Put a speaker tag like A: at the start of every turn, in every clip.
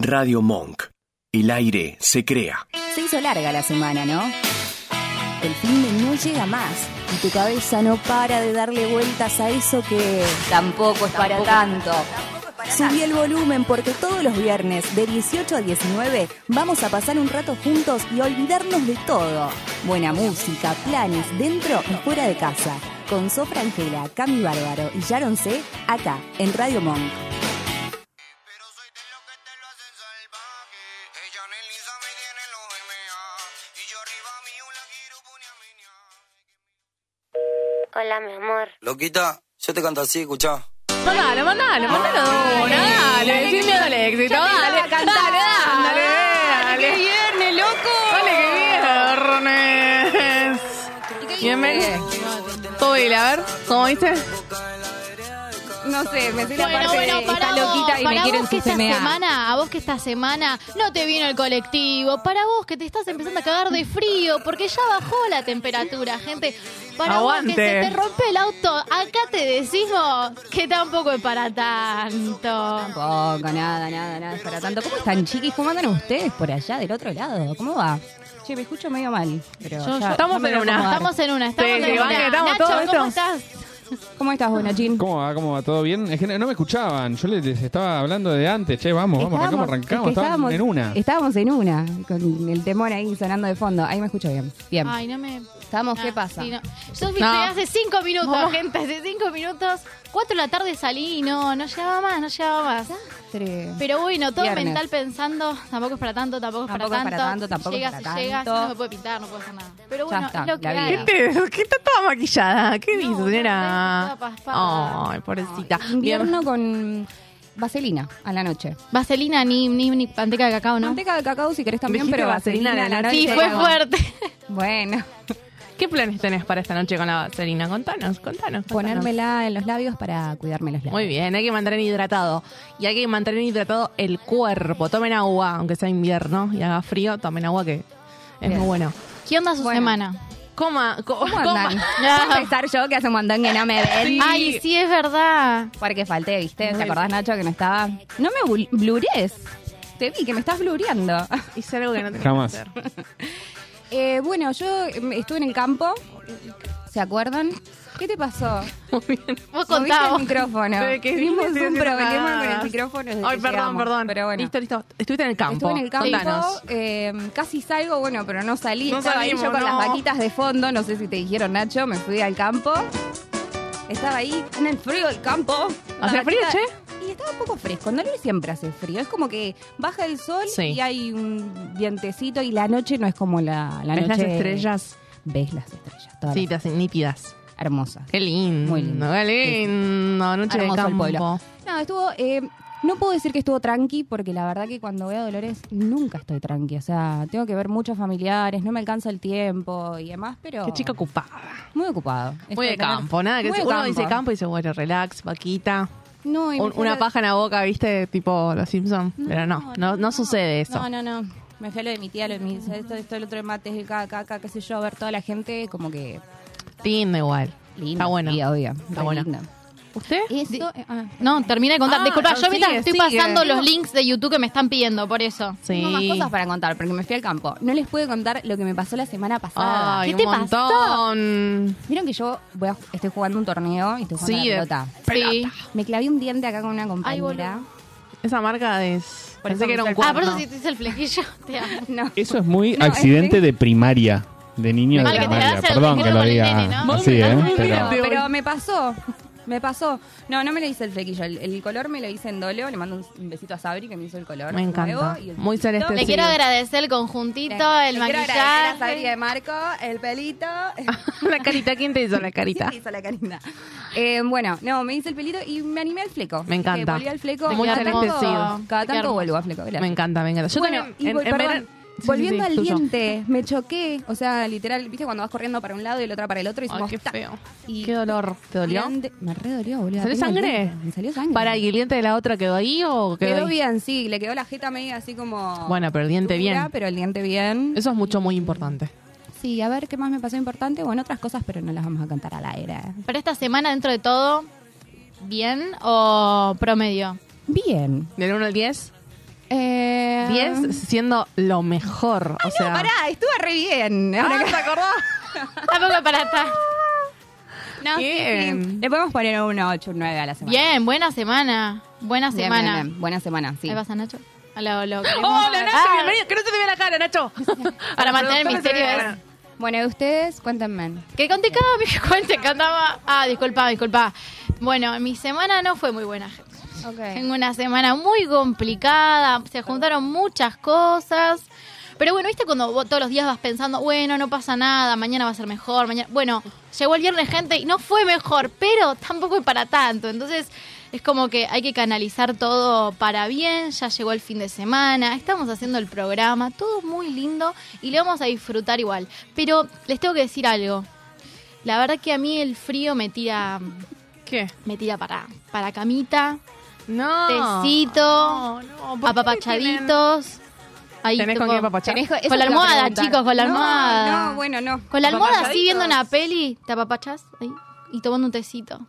A: Radio Monk. El aire se crea.
B: Se hizo larga la semana, ¿no? El fin de no llega más y tu cabeza no para de darle vueltas a eso que tampoco es para tanto. Subí el volumen porque todos los viernes de 18 a 19 vamos a pasar un rato juntos y olvidarnos de todo. Buena música, planes dentro y fuera de casa. Con Sofra Angela, Cami Bárbaro y Sharon C. acá en Radio Monk.
C: Pero soy de los que te lo hacen salvaje. Ella en el Insta me tiene los MA. Y yo arriba mío la quiero poner a miña.
D: Hola, mi amor.
C: Loquita, yo te canto así, escuchá.
E: Mandalo, mandalo, mandalo de una, dale, sin miedo al éxito, dale, dale, dale, dale. ¡Qué viernes, loco! ¡Dale, qué viernes! Bienvenido. Tobil, a ver, ¿cómo dice?
F: No sé, me sé la
G: Bueno,
F: parte
G: bueno,
F: de
G: para
F: está
G: vos,
F: loquita y
G: para
F: me quieren
G: vos que esta
F: semana.
G: semana, a vos que esta semana no te vino el colectivo, para vos que te estás empezando a cagar de frío, porque ya bajó la temperatura, gente. Para vos que
E: Aguante.
G: se te rompe el auto, acá te decimos que tampoco es para tanto.
F: Poco, nada, nada, nada, es para tanto. ¿Cómo están, chiquis? ¿Cómo andan ustedes por allá del otro lado? ¿Cómo va? Che, me escucho medio mal, pero
G: Yo-
F: ya-
G: yo-
F: ya
E: estamos
F: me
E: en
F: voy a
E: una,
F: acomodar.
G: Estamos en una, estamos
E: Sí, sí,
G: en
E: van que
G: una.
E: estamos
G: Nacho,
E: todos
G: ¿cómo
E: estos.
G: estás?
F: ¿Cómo estás, Bonachín?
H: ¿Cómo va? ¿Cómo va? ¿Todo bien? Es que no no me escuchaban. Yo les les estaba hablando de antes. Che, vamos, vamos, arrancamos, arrancamos.
F: es que
H: Estaban en una.
F: Estábamos en una, con el temor ahí sonando de fondo. Ahí me escucho bien. Bien.
G: Ay, no me...
F: Estamos, ¿qué
G: Ah,
F: pasa?
G: sí, no. Yo viste,
E: No.
G: hace cinco minutos,
E: No.
G: gente, hace cinco minutos, cuatro de la tarde salí y no, no llegaba más, no llegaba más.
F: Tres.
G: Pero bueno, todo
F: Viernes.
G: mental pensando, tampoco es para tanto, tampoco es
F: Tampoco
G: para
F: es
G: tanto.
F: para tanto, tampoco es
G: llega,
F: para
G: se llega,
F: tanto.
G: si no me puede pintar, no puedo hacer nada. Pero bueno,
F: está,
G: es lo que
F: la
G: hay.
F: vida.
E: Gente, que está toda maquillada. ¿Qué
G: No,
E: dices,
G: no, no,
E: nena?
G: está paspada.
E: Ay, pobrecita.
F: Invierno con vaselina a la noche.
G: Vaselina ni, ni, ni manteca de cacao, ¿no?
F: Manteca de cacao si querés también,
E: Dijiste
F: pero
E: vaselina
F: vaselina,
E: a la
F: a la
E: noche.
G: Sí,
F: noche.
G: fue fuerte.
F: Bueno,
E: ¿Qué planes tenés para esta noche con la vaselina? Contanos, contanos. contanos.
F: ponérmela en los labios para cuidarme los labios.
E: Muy bien, hay que mantener hidratado. Y hay que mantener hidratado el cuerpo. Tomen agua, aunque sea invierno y haga frío, tomen agua que es
F: Bien.
E: muy bueno.
G: ¿Qué onda su
F: Bueno.
G: semana?
E: Coma, co-
F: ¿Cómo
E: coma.
F: andan? Voy a empezar yo que hace un montón que no me ven.
E: Sí.
G: Ay, sí, es verdad.
F: Porque falté, ¿viste? ¿Te acordás, Nacho, que no estaba? No me bul- blurees. Te vi que me estás blureando.
E: Hice algo que no tenía
H: Jamás.
E: que hacer.
F: Eh, bueno, yo em, estuve en el campo. ¿Se acuerdan? ¿Qué te pasó?
G: Vos
F: Moviste
G: contabas.
F: el micrófono.
E: Desde que vine
F: Tuvimos
E: estoy
F: un
E: haciendo
F: problema
E: nada.
F: con el micrófono. desde
E: Ay,
F: que
E: perdón,
F: llegamos.
E: perdón.
F: Pero bueno.
E: Listo, listo. Estuviste en el campo.
F: Estuve en el campo,
E: Contanos.
F: eh, casi salgo, bueno, pero no salí.
E: No
F: Estaba
E: salimos,
F: ahí yo con
E: no.
F: las vaquitas de fondo, no sé si te dijeron, Nacho, me fui al campo. Estaba ahí en el frío del campo. La
E: ¿Hace frío,
F: vaquita-
E: che?
F: Y estaba un poco fresco, no siempre hace frío. Es como que baja el sol
E: Sí.
F: y hay un vientecito y la noche no es como la, la
E: ¿Ves
F: noche.
E: las estrellas?
F: Ves las estrellas, todas
E: Sí, te hacen nítidas.
F: hermosas.
E: Qué lindo.
F: Muy lindo.
E: Qué lindo. Noche de
F: Hermoso el
E: campo.
F: pueblo. No, estuvo. eh, no puedo decir que estuvo tranqui, porque la verdad que cuando voy a Dolores nunca estoy tranqui. O sea, tengo que ver muchos familiares, no me alcanza el tiempo y demás, pero.
E: Qué chica ocupada.
F: Muy ocupado.
E: Muy de
F: Estoy tener-
E: campo, nada que
F: muy
E: se-
F: de
E: Uno dice campo y dice, bueno, relax, vaquita.
F: No, y me
E: Un-
F: fui a
E: una
F: lo-
E: paja en la boca, viste, tipo los Simpsons. Pero no, no, no, sucede eso.
F: No, no, no. Me fui a lo de mi tía, lo de mi. Esto, esto, el otro de mates, el caca, caca, qué sé yo, ver toda la gente, como que.
E: Lindo igual.
F: Lindo.
E: Está bueno.
F: Sí, obvio.
E: Está
F: re
E: bueno.
F: lindo.
E: ¿Usted?
F: Esto, eh, ah,
G: No, termina de contar.
E: Ah,
G: Disculpa, yo
E: sigue,
G: mientras estoy
E: sigue.
G: pasando los links de YouTube que me están pidiendo, por eso.
F: Tengo más cosas para contar, porque me fui al campo. No les puedo contar lo que me pasó la semana pasada.
E: Ay,
G: ¿Qué te
E: un montón.
F: Vieron que yo voy a- estoy jugando un torneo y estoy jugando
E: Sí, eh.
F: a
E: de-
F: la pelota.
G: Sí.
F: Me clavé un diente acá con una compañera.
E: Esa marca es.
F: Por
E: Pensé
F: eso
E: que era
F: me
E: un
F: sal-
E: cuerno.
G: Ah, por eso si te hice el flequillo, te amo.
F: no.
H: Eso es muy
F: No,
H: accidente
F: es
H: de primaria, de niño
G: Mal
H: de
G: que te
H: primaria.
G: hagas el
H: Perdón que
G: ridículo
H: lo
G: con el
H: diga
G: nene, ¿no?
E: Mal
H: así, ¿eh?
E: que te
H: Pero
E: hagas el
F: Pero, pero me pasó. Me pasó. No, no me lo hice el flequillo. El, el color me lo hice en dolo. Le mando un, un besito a Sabri que me hizo el color.
E: Me encanta.
F: nuevo y el
E: Muy
F: pelito.
E: celeste.
G: Le
E: Sí.
G: quiero agradecer el conjuntito, el
F: Le quiero agradecer a Sabri
G: maquillaje.
F: de Marco, el pelito.
E: la carita, ¿quién te hizo la carita?
F: Siempre hizo la carita. Eh, bueno, no, me hice el pelito y me animé al fleco.
E: Me encanta.
F: Que volví al fleco.
E: Muy
F: Cada tanto-
E: celestecido.
F: Cada
G: Qué hermoso.
F: tanto vuelvo a fleco. gracias.
E: Me encanta, me encanta. Yo
F: bueno,
E: también,
F: y
E: en-
F: vol-
E: en
F: perdón,
E: verano- Sí, sí,
F: volviendo
E: sí,
F: al
E: tuyo.
F: diente, me choqué. O sea, literal, viste cuando vas corriendo para un lado y el otro para el otro y
E: Ay,
F: hicimos
E: qué
F: tac.
E: feo.
F: Y
E: Qué dolor. ¿Te dolió?
F: grande- Me re dolió, boludo.
E: ¿Salió
F: Tengo el
E: sangre?
F: diente, Me salió sangre.
E: ¿Para y el diente de la otra quedó ahí o quedó,
F: Quedó
E: ahí?
F: bien, sí. Le quedó la jeta media así como.
E: Bueno, pero el diente
F: dura,
E: bien.
F: Pero el diente bien.
E: Eso es mucho, muy importante.
F: Sí, a ver qué más me pasó importante. Bueno, otras cosas, pero no las vamos a cantar al aire.
G: Pero esta semana, dentro de todo, ¿bien o promedio?
F: Bien.
E: ¿Del 1 al 10?
F: Eh,
E: top 10 siendo lo mejor. O sea, Ah,
F: Pará, Ah, estuve re bien. Ahora que-
G: Tampoco para atrás. No.
E: bien.
F: Le podemos poner un 8, un 9 a la semana.
G: Bien, buena semana. Buena
F: Bien,
G: semana.
F: bien, bien. Buena semana, sí.
G: Ahí vas a Nacho. A lo, lo queremos.
E: Hola, Oh, Nacho,
G: Ah,
E: bienvenido. Que no se te vea la cara, Nacho.
G: Para mantener
E: Productora
G: el
E: se
G: misterio
E: ve
G: ¿eh?
E: la
G: es-
E: cara.
F: Bueno, de ustedes, cuéntenme.
G: Que conté cada vez que cuente, cantaba. Ah, disculpa, disculpa. Bueno, mi semana no fue muy buena, gente.
F: Ok.
G: Tengo una semana muy complicada, se juntaron muchas cosas. Pero bueno, viste cuando vos todos los días vas pensando, bueno, no pasa nada, mañana va a ser mejor, mañana. Bueno, llegó el viernes, gente, y no fue mejor, pero tampoco es para tanto. Entonces, es como que hay que canalizar todo para bien. Ya llegó el fin de semana, estamos haciendo el programa, todo muy lindo y le vamos a disfrutar igual. Pero les tengo que decir algo. La verdad que a mí el frío me tira,
E: ¿Qué?
G: me tira para, para camita,
E: No.
G: Tecito.
E: No, no, ¿por qué
G: apapachaditos. Ahí
E: ¿Tenés
G: tipo-
E: con qué apapachar?
F: Tenés- eso
G: Con la
F: te iba a
G: almohada,
F: preguntar.
G: chicos, con la
F: No,
G: almohada.
F: No, bueno, no.
G: Con la almohada así
E: Apapachaditos.
G: viendo una peli, te apapachás ahí, y tomando un tecito.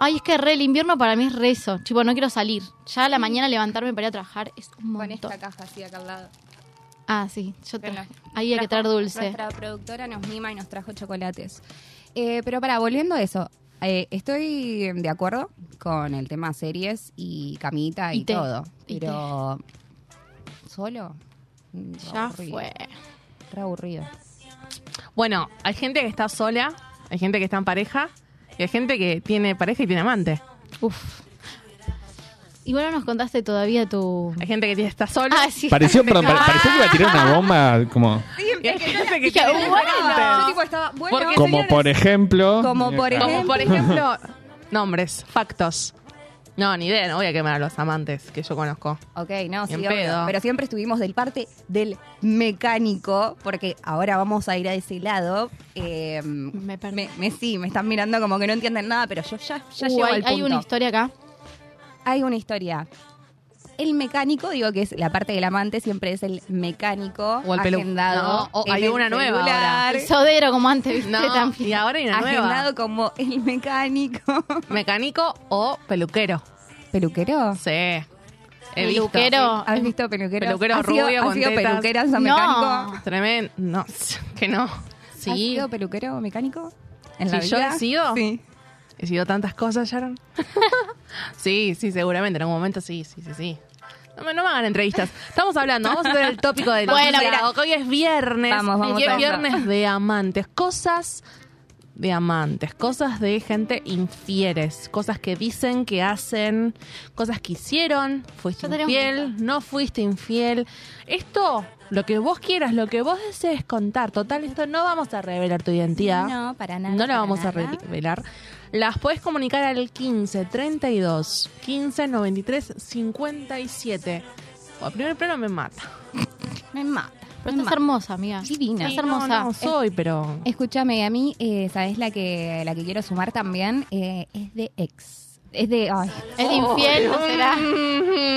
G: Ay, es que re el invierno para mí es rezo. Tipo, no quiero salir. Ya a la mañana levantarme para ir a trabajar es un
F: Con
G: montón.
F: esta caja así acá al lado.
G: Ah, sí, yo traje.
F: Bueno.
G: Ahí hay que traer dulce.
F: Nuestra productora nos mima y nos trajo chocolates. Eh, pero para, volviendo a eso, eh, estoy de acuerdo con el tema series y camita y,
G: Y té.
F: todo.
G: Y
F: pero solo. Mm,
G: Ya
F: aburrido,
G: fue.
F: Re aburrido.
E: Bueno, hay gente que está sola, hay gente que está en pareja, y hay gente que tiene pareja y tiene amante.
G: Uf. Igual no nos contaste todavía tu...
E: Hay gente que tiene- está sola.
G: Ah, sí.
H: Pareció, perdón, pa- pareció que iba a tirar una bomba como,
E: Y hay gente que
G: Dije,
E: tiene
G: bueno.
E: amante.
F: Yo tipo estaba, bueno,
E: Porque-
H: como por ejemplo.
F: Como por
H: Acá.
E: Como por ejemplo, nombres, factos. No, ni idea, no voy a quemar a los amantes que yo conozco.
F: Ok, no, sí,
E: En
F: obvio.
E: pedo.
F: pero siempre estuvimos del parte del mecánico, porque ahora vamos a ir a ese lado. Eh,
G: Me perdí.
F: me- sí, me están mirando como que no entienden nada, pero yo ya, ya
G: Uh,
F: llego
G: hay,
F: al punto.
G: hay una historia acá.
F: Hay una historia. El mecánico, digo que es la parte del amante, siempre es el mecánico
E: O el pelu-
F: agendado.
E: No, o
F: en
E: hay
F: el
E: una nueva
F: celular,
G: El sodero, como antes, ¿viste?
E: No,
G: También.
E: y ahora hay una nueva.
F: Agendado como el mecánico.
E: Mecánico o peluquero.
F: ¿Peluquero?
E: Sí. He visto.
G: Peluquero.
F: ¿Has visto peluquero?
E: Peluquero
F: ¿Has sido,
E: rubio
F: ¿has
E: con
F: sido
E: tetas.
F: peluqueras o
G: No.
F: mecánico?
E: Tremendo. No, que no.
F: ¿Has
E: Sí.
F: sido peluquero o mecánico? ¿En la
E: Si yo
F: vida?
E: he sido.
F: Sí.
E: He sido tantas cosas, Sharon. sí, sí, seguramente. En algún momento sí, sí, sí, sí. No me, no me hagan entrevistas. Estamos hablando, vamos a hacer el tópico del
G: Bueno,
E: día.
G: mira.
E: Hoy es viernes.
F: Vamos, vamos,
E: Y es
F: vamos.
E: viernes de amantes. Cosas de amantes. Cosas de gente infieles. Cosas que dicen, que hacen. Cosas que hicieron. Fuiste
G: Yo tenía un
E: infiel, no fuiste infiel. Esto, lo que vos quieras, lo que vos desees contar. Total, esto no vamos a revelar tu identidad.
F: No, para nada.
E: No la
F: para
E: vamos a
F: nada.
E: revelar. Las puedes comunicar al 15 32 15 93 57. O, primero plano me mata.
F: Me mata.
G: Pero
F: me
G: estás
F: mata.
G: hermosa, amiga.
F: Divina.
G: Estás hermosa.
E: No, no soy, pero.
F: Escúchame, a mí, eh, ¿sabes la que, la que quiero sumar también? Eh, es de ex. Es de. Ay,
G: Es infiel, no será.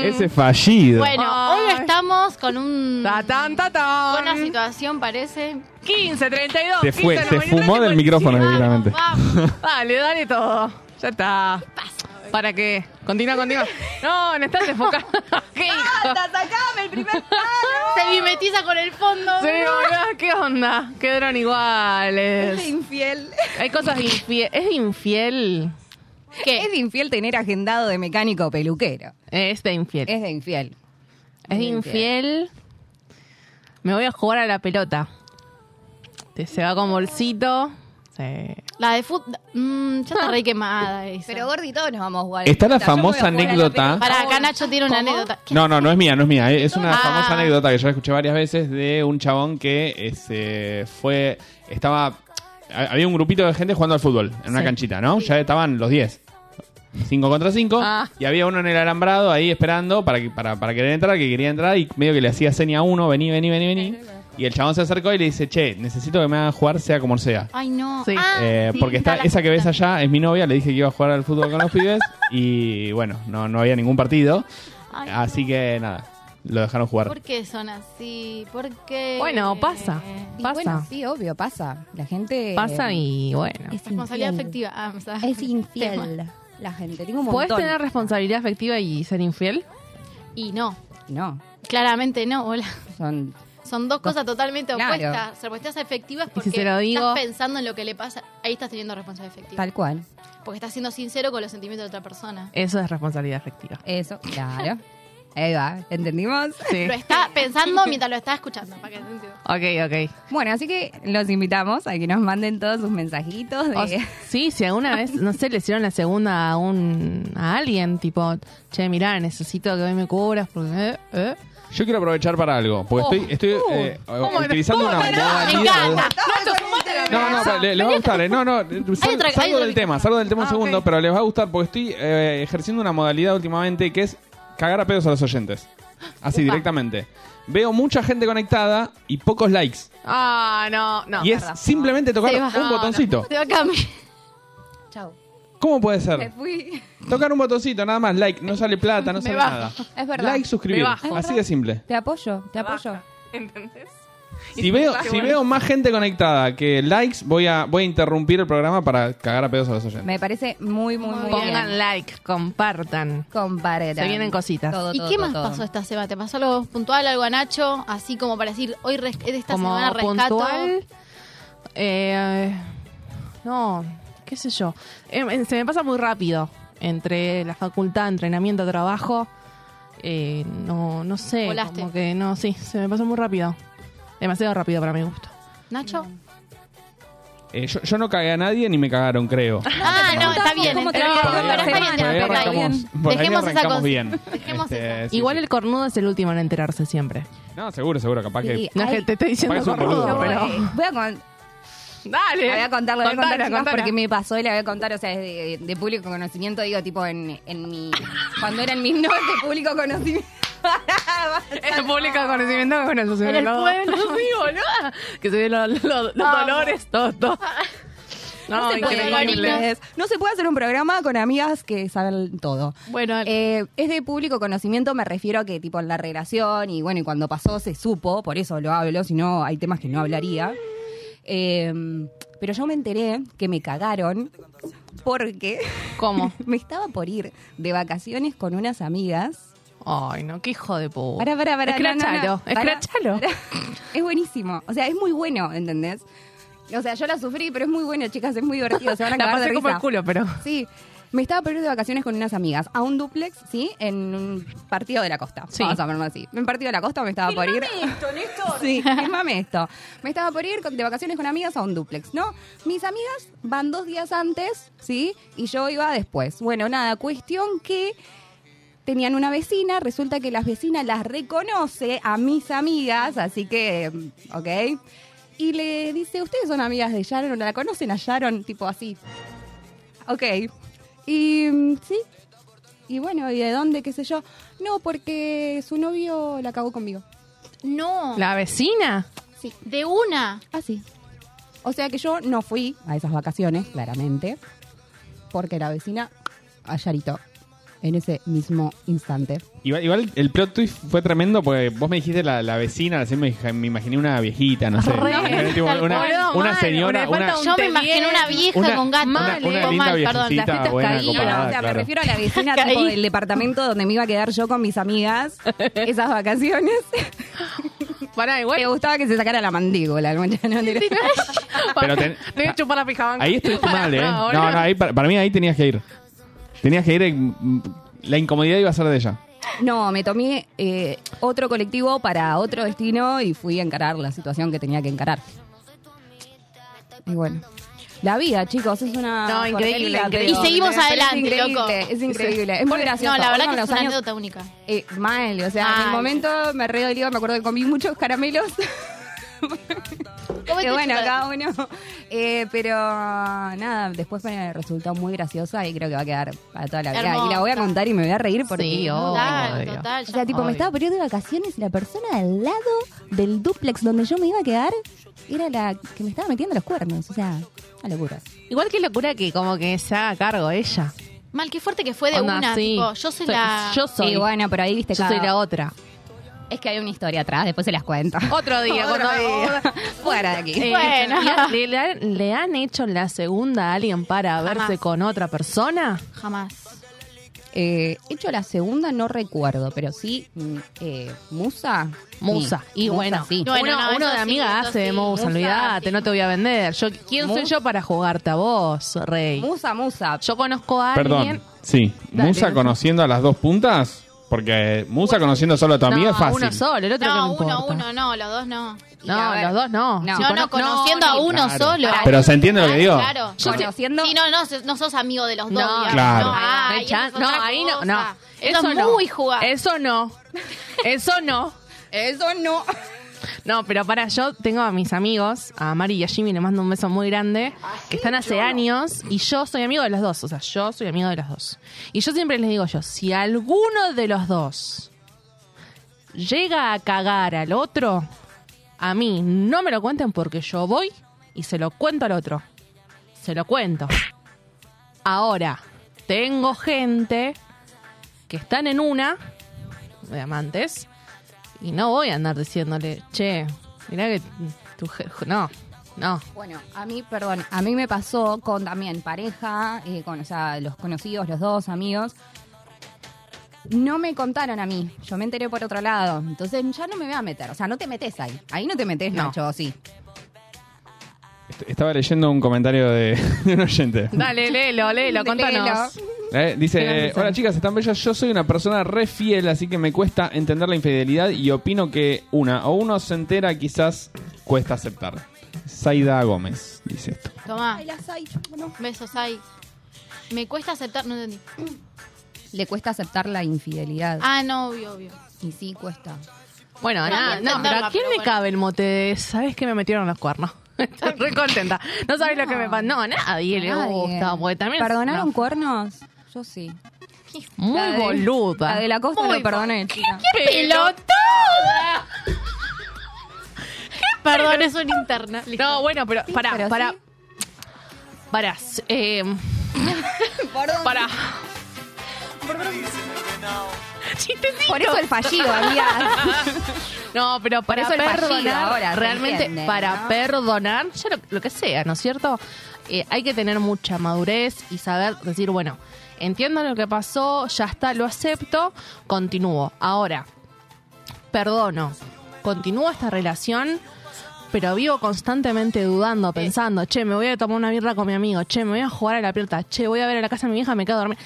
H: Ese fallido.
G: Bueno, hoy
E: Ay.
G: estamos con un
E: Ta tan, ta
G: buena
E: tan.
G: situación, parece.
E: 15 32
H: Se fue,
E: 15,
H: se
E: 93,
H: fumó
E: 57.
H: del micrófono seguramente.
G: Vamos.
E: Dale, dale todo. Ya está. ¿Para qué? Continúa, continúa. No, no estás enfocada. ¿Qué hijo?
G: Se mimetiza con el fondo.
E: Sí, hola, ¿Qué onda? Quedaron iguales.
F: es infiel.
E: Hay cosas infiel. Es infiel.
G: ¿Qué?
F: Es de infiel tener agendado de mecánico peluquero.
E: Es de infiel. Es,
F: Es de infiel.
E: de infiel. Me voy a jugar a la pelota. Te- Se va con bolsito. Sí.
F: Eh,
G: La de fútbol. ya está re quemada esa.
F: Pero Gordi, todos nos vamos a jugar.
H: Está
F: Yo
H: la
F: me voy a
H: famosa
F: jugar a la
H: anécdota.
G: Para acá Nacho tiene una anécdota. ¿Qué?
H: No, no, no es mía, no es mía. Eh, Es una
E: Ah.
H: famosa anécdota que yo la escuché varias veces de un chabón que eh, se fue. Estaba. ha- Había un grupito de gente jugando al fútbol en una
E: Sí.
H: canchita, ¿no? Ya estaban los 10. 5 contra 5.
E: Ah.
H: Y había uno en el alambrado ahí esperando para, que- para, para querer entrar, que quería entrar y medio que le hacía seña a uno: vení, vení, vení, vení. Y el chabón se acercó y le dice: Che, necesito que me hagan jugar sea como sea.
G: Ay, no.
E: Sí.
G: Ah,
H: Eh,
G: sí,
H: porque está
G: la
H: esa que ves
G: puta.
H: allá es mi novia, le dije que iba a jugar al fútbol con los pibes y bueno, no, no había ningún partido.
G: Ay,
H: así que nada, lo dejaron jugar.
G: ¿Por qué son así? ¿Por qué? Eh,
E: Bueno, pasa.
F: Y
E: Pasa.
F: bueno, sí, obvio, pasa. La gente. eh,
E: Pasa y bueno.
F: Es
G: Responsabilidad
F: infiel.
G: afectiva. Ah, o sea,
F: Es
G: tema.
F: infiel. La gente. Tengo un
E: ¿Puedes
F: montón.
E: tener responsabilidad afectiva y ser infiel?
G: Y no.
F: No.
G: Claramente no, hola.
F: Son
G: Son dos cosas totalmente
F: Claro.
G: opuestas. Respuestas efectivas porque
E: se lo digo-
G: estás pensando en lo que le pasa. Ahí estás teniendo responsabilidad efectiva.
F: tal cual.
G: Porque estás siendo sincero con los sentimientos de otra persona.
E: Eso es responsabilidad efectiva.
F: Eso, claro. Ahí va, ¿entendimos?
E: Sí.
G: Lo está pensando mientras lo está escuchando. Para que entienda.
E: Ok, ok.
F: Bueno, así que los invitamos a que nos manden todos sus mensajitos de...
E: O s- sí, si alguna vez, no sé, le hicieron la segunda a un a alguien, tipo, che, mirá, necesito que hoy me cubras porque... eh, eh".
H: Yo quiero aprovechar para algo, porque
E: Oh,
H: estoy, estoy
E: uh,
H: eh,
E: ¿cómo
H: utilizando
E: no?
H: una
E: ¿Cómo no?
G: Uh, Me
F: ¿eh?
H: modalidad.
G: encanta.
H: No, no, pero le, le va a gustar. eh. No, no, sal-
G: otra- hay
H: salgo
G: otra
H: del
G: que-
H: tema, salgo del tema un
E: Ah,
H: segundo,
E: ok.
H: pero les va a gustar porque estoy eh, ejerciendo una modalidad últimamente que es cagar a pedos a los oyentes. Así, directamente. Veo mucha gente conectada y pocos likes.
E: Ah, no, no.
H: y es
E: verdad.
H: simplemente tocar
G: Se va.
H: un botoncito.
G: Se va a cambiar.
F: Chau.
H: ¿Cómo puede
F: Me
H: ser?
F: fui.
H: Tocar un botoncito, nada más, like, no sale plata, no
G: Me
H: sale
G: bajo.
H: nada.
F: Es verdad.
H: Like, suscribir.
E: Me bajo.
H: Así de simple.
F: Te apoyo, te apoyo.
E: ¿Entendés?
H: Si veo, si veo más gente conectada que likes, voy a, voy a interrumpir el programa para cagar a pedos a los oyentes.
F: Me parece muy, muy, muy
E: Pongan
F: bien.
E: like, compartan.
F: Compartan.
E: Se vienen cositas.
F: Todo,
G: ¿Y
F: todo,
G: qué
F: todo,
G: más
F: todo.
G: pasó esta semana? ¿Te pasó algo puntual, algo a Nacho? Así como para decir, hoy res- esta
E: Como
G: semana rescato.
E: puntual... eh, no, qué sé yo. Eh, eh, se me pasa muy rápido. Entre la facultad, entrenamiento, trabajo... eh, no, no sé,
G: Volaste.
E: como que no, sí, se me pasó muy rápido. Demasiado rápido para mi gusto.
G: ¿Nacho?
H: Eh, yo, yo no cagué a nadie ni me cagaron, creo.
G: ah, no, está
F: tampoco,
G: bien.
F: ¿cómo te
G: pero-
F: va?
G: pero
H: Por ahí
G: está bien,
H: arrancamos- por ahí
G: está bien.
H: arrancamos, por ahí
G: Dejemos esa
H: arrancamos
G: cosa.
H: bien. Este,
G: Dejemos esa.
H: sí,
E: Igual
H: sí.
E: el cornudo es el último en enterarse siempre.
H: No, seguro, seguro, capaz que...
F: Sí.
E: No es
F: Ay,
E: que te esté diciendo
H: parece un
E: cornudo,
H: boludo, ¿eh?
E: pero...
F: Voy- Voy a, con-
E: Dale.
F: la voy a contarlo, voy a contar, chicas, porque me pasó y la voy a contar, o sea, es de, de público conocimiento, digo, tipo, en, en mi... Cuando eran mis notas de público conocimiento.
E: El público de conocimiento con eso se
G: En
E: ve
G: el
E: todo.
G: pueblo.
E: Sí, boluda. Que se ven los, los- los dolores, todo, todo. No,
F: se puede,
E: increíble.
F: chicas. No se puede hacer un programa con amigas que saben todo.
G: Bueno,
F: Eh, es de público conocimiento, me refiero a que tipo en la relación y bueno, y cuando pasó se supo, por eso lo hablo, si no hay temas que no hablaría. Eh, pero yo me enteré que me cagaron porque
E: ¿Cómo?
F: me estaba por ir de vacaciones con unas amigas.
E: Ay, no, qué hijo de puta.
F: Para, para, para.
E: Oh. Escrachalo, escrachalo.
F: Es buenísimo, o sea, es muy bueno, ¿entendés? O sea, yo la sufrí, pero es muy bueno, chicas, es muy divertido, se van a
E: La
F: acabar de
E: pasé como el
F: risa.
E: culo, pero...
F: Sí, me estaba por ir de vacaciones con unas amigas a un duplex, ¿sí? En un partido de la costa.
E: Sí.
F: Vamos a ponerlo así. En un partido de la costa me estaba por ir. esto, Néstor! Sí, filmame esto. Me estaba por ir con- de vacaciones con amigas a un duplex, ¿no? Mis amigas van dos días antes, ¿sí? Y yo iba después. Bueno, nada, cuestión que. Tenían una vecina, resulta que las vecinas las reconoce a mis amigas, así que, ok. Y le dice, ¿ustedes son amigas de Sharon? ¿La conocen a Sharon? Tipo así, Ok. Y mm, sí. Y bueno, ¿y de dónde? ¿Qué sé yo? No, porque su novio la cagó conmigo.
G: no.
E: ¿La vecina?
F: Sí.
G: De una.
F: Así. Ah, O sea que yo no fui a esas vacaciones, claramente, porque la vecina ayaritó en ese mismo instante.
H: Igual, igual el plot twist fue tremendo porque vos me dijiste la, la vecina, recién me, dij- me imaginé una viejita, no sé.
E: Re,
H: Imagínate una,
G: tal
H: una-
G: cual.
H: una
E: Boludo, mal,
H: señora,
E: le falta
H: una,
E: Un
G: Yo me
E: té
G: imagino
E: bien.
G: una vieja
H: Una-
G: con gato.
H: una-
G: Con
H: una linda
G: perdón.
H: viejecita
G: La-
H: buena
G: comparada,
F: o sea,
H: claro.
F: me refiero a la vecina tipo
G: Caí.
F: del departamento donde me iba a quedar yo con mis amigas esas vacaciones.
E: Pará, igual...
F: Me gustaba que se sacara la mandíbula, el muchacho, no te-
H: Pero ten-
E: Le voy a chupar la pijama.
H: Ahí estuviste mal, ¿eh? No, no,
E: boludo.
H: ahí, para, para mí ahí tenías que ir. Tenías que ir, en- mm, la incomodidad iba a ser de ella.
F: No, me tomé eh, otro colectivo para otro destino y fui a encarar la situación que tenía que encarar. Y bueno. La vida, chicos, es una.
E: No, increíble,
F: porquería,
E: increíble.
F: pero-
G: Y seguimos
F: pero es
G: adelante,
F: increíble,
G: loco.
F: Es increíble, es muy gracioso.
G: No, la verdad
F: Uno
G: que
F: de los
G: es una
F: años-
G: anécdota única.
F: eh, mal, o sea, en el
G: Ay.
F: momento me re dolió, me acuerdo que comí muchos caramelos.
G: ¿Cómo
F: Pero
G: te
F: bueno,
G: chupas?
F: cada uno. Eh, pero nada, después me resultó muy graciosa y creo que va a quedar para toda la vida. Y la voy a
G: Hermosa.
F: contar y me voy a reír porque.
E: Sí,
F: no,
G: Total,
E: Obvio.
G: total.
F: o sea, tipo,
E: Obvio.
F: me estaba poniendo de vacaciones y la persona al lado del duplex donde yo me iba a quedar era la que me estaba metiendo los cuernos. O sea, una locura.
E: Igual que locura que como que se haga cargo ella.
G: Mal, qué fuerte que fue de
E: Onda,
G: una.
E: sí.
G: tipo, yo soy la.
E: Yo soy,
F: Y bueno, pero ahí viste
E: yo soy la otra.
F: Es que hay una historia atrás, después se las cuento.
E: Otro día, cuando-
F: Fuera de aquí.
E: Eh,
G: Bueno.
E: y a- ¿le, le han- le han hecho la segunda a alguien para verse con otra persona?
G: Jamás.
F: eh, hecho la segunda, no recuerdo, pero sí, mm, eh, Musa.
E: Musa.
F: Sí,
E: y bueno,
F: sí.
G: No, Bueno,
E: uno,
G: no,
E: uno
G: eso
E: de
G: sí,
E: amiga
G: eso
E: hace de
G: sí.
E: Musa,
G: Musa,
E: olvídate,
G: sí.
E: no te voy a vender. Yo, ¿Quién soy
F: Mu-
E: yo para jugarte a vos, Rey?
F: Musa, Musa.
E: Yo conozco a alguien.
H: Perdón. Sí.
E: Dale,
H: Musa
E: Musa.
H: conociendo a las dos puntas. Porque eh, Musa conociendo solo a tu
E: no,
H: amiga es fácil.
E: uno solo, el otro que
G: No,
E: no
G: uno,
E: importa.
G: uno, no, los dos no.
F: Y a
E: No,
F: ver,
E: los dos no.
F: No.
E: Si
G: No, no,
E: conozco-
G: conociendo a uno
H: Claro.
G: solo.
H: Pero se entiende lo que
G: Claro,
H: digo.
G: Claro.
F: Yo te- Conociendo-
G: Si no, no, se- no sos amigo de los dos.
E: No,
G: digamos.
H: Claro.
G: No,
E: No
G: ay,
E: hay
G: eso
E: chance.
G: es
E: no,
G: otra
E: ahí no,
G: cosa.
E: no.
G: Eso, es
E: no.
G: muy jugado.
E: Eso no. Eso no.
F: Eso no.
E: No, pero para yo tengo a mis amigos, a Mari y a Jimmy, les mando un beso muy grande, que están hace años y yo soy amigo de los dos, o sea, yo soy amigo de los dos. Y yo siempre les digo yo, si alguno de los dos llega a cagar al otro, a mí no me lo cuenten porque yo voy y se lo cuento al otro. Se lo cuento. Ahora, tengo gente que están en una de amantes y no voy a andar diciéndole, che, mirá que tu je- No, no.
F: Bueno, a mí, perdón, a mí me pasó con también pareja, eh, con, o sea, los conocidos, los dos amigos. No me contaron a mí, yo me enteré por otro lado, entonces ya no me voy a meter, o sea, no te metes ahí, ahí no te metes,
E: No.
F: Nacho, sí.
H: Est- Estaba leyendo un comentario de, de un oyente.
E: Dale, léelo, léelo, contanos.
H: Eh,
E: Mira,
H: dice,
E: Luisa.
H: hola chicas, están bellas. Yo soy una persona re fiel, así que me cuesta entender la infidelidad y opino que una o uno se entera, quizás cuesta aceptar. Zaida Gómez dice esto.
G: Tomá,
F: Las hay, bueno.
G: besos ahí. Me cuesta aceptar, no entendí.
F: Le cuesta aceptar la infidelidad.
G: Ah, no, obvio, obvio.
F: Y sí, cuesta.
E: Bueno,
G: Pero
E: nada,
G: voy a
E: no, pero
G: entenderla,
E: ¿a quién
G: pero
E: le
G: bueno.
E: cabe el mote de, sabes que me metieron los cuernos? Estoy re contenta. No sabes lo que me pasa. No, a nadie le
F: Nadie.
E: gusta, porque también...
F: ¿Perdonaron
E: no.
F: cuernos? Yo sí.
E: Muy
F: La de-
E: boluda.
F: La de la costa eh.
G: Muy
F: lo perdoné, chica.
G: ¡Pelotuda! Perdón, es una interna. Listo.
E: No, bueno, pero para,
F: pero
E: para...
F: sí.
E: Para, eh,
F: Perdón.
E: para... Chistecito.
F: Por eso el fallido, amiga.
E: No, pero para
F: eso el fallido
E: perdonar,
F: ahora, ¿se
E: realmente
F: entiende,
E: para
F: no?
E: perdonar, ya lo, lo que sea, ¿no es cierto? Eh, hay que tener mucha madurez y saber decir, bueno, entiendo lo que pasó, ya está, lo acepto, continúo. Ahora, perdono, continúo esta relación, pero vivo constantemente
F: Eh.
E: dudando, pensando, che, me voy a tomar una birra con mi amigo, che, me voy a jugar a la pelota, che, voy a ver a la casa de mi hija, me quedo dormida.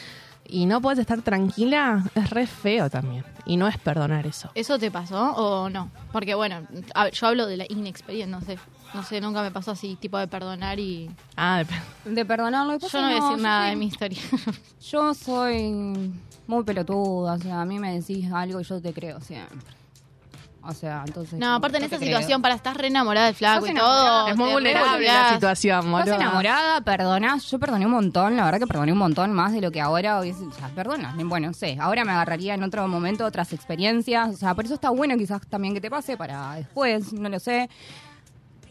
E: Y no puedes estar tranquila, es re feo también. Y no es perdonar eso.
G: ¿Eso te pasó o no? Porque bueno, a ver, yo hablo de la inexperiencia, no sé. No sé, nunca me pasó así, tipo de perdonar y...
E: Ah, depende.
F: De perdonarlo. después
G: Yo no voy a decir
F: yo
G: nada
F: soy-
G: de mi historia.
F: Yo soy muy pelotuda, o sea, a mí me decís algo y yo te creo siempre. O sea, entonces...
G: No, aparte en
F: yo te
G: esa
F: creo.
G: situación, para estar re enamorada del flaco
F: Sos
G: y
F: enamorada,
G: todo.
E: Es muy
G: te
E: vulnerable
G: revolcás.
E: la situación,
F: Estás
E: boludo.
F: enamorada, perdonás. Yo perdoné un montón, la verdad que perdoné un montón más de lo que ahora hubiese. O sea, perdona. Bueno, no sé. Ahora me agarraría en otro momento otras experiencias. O sea, por eso está bueno quizás también que te pase para después, no lo sé.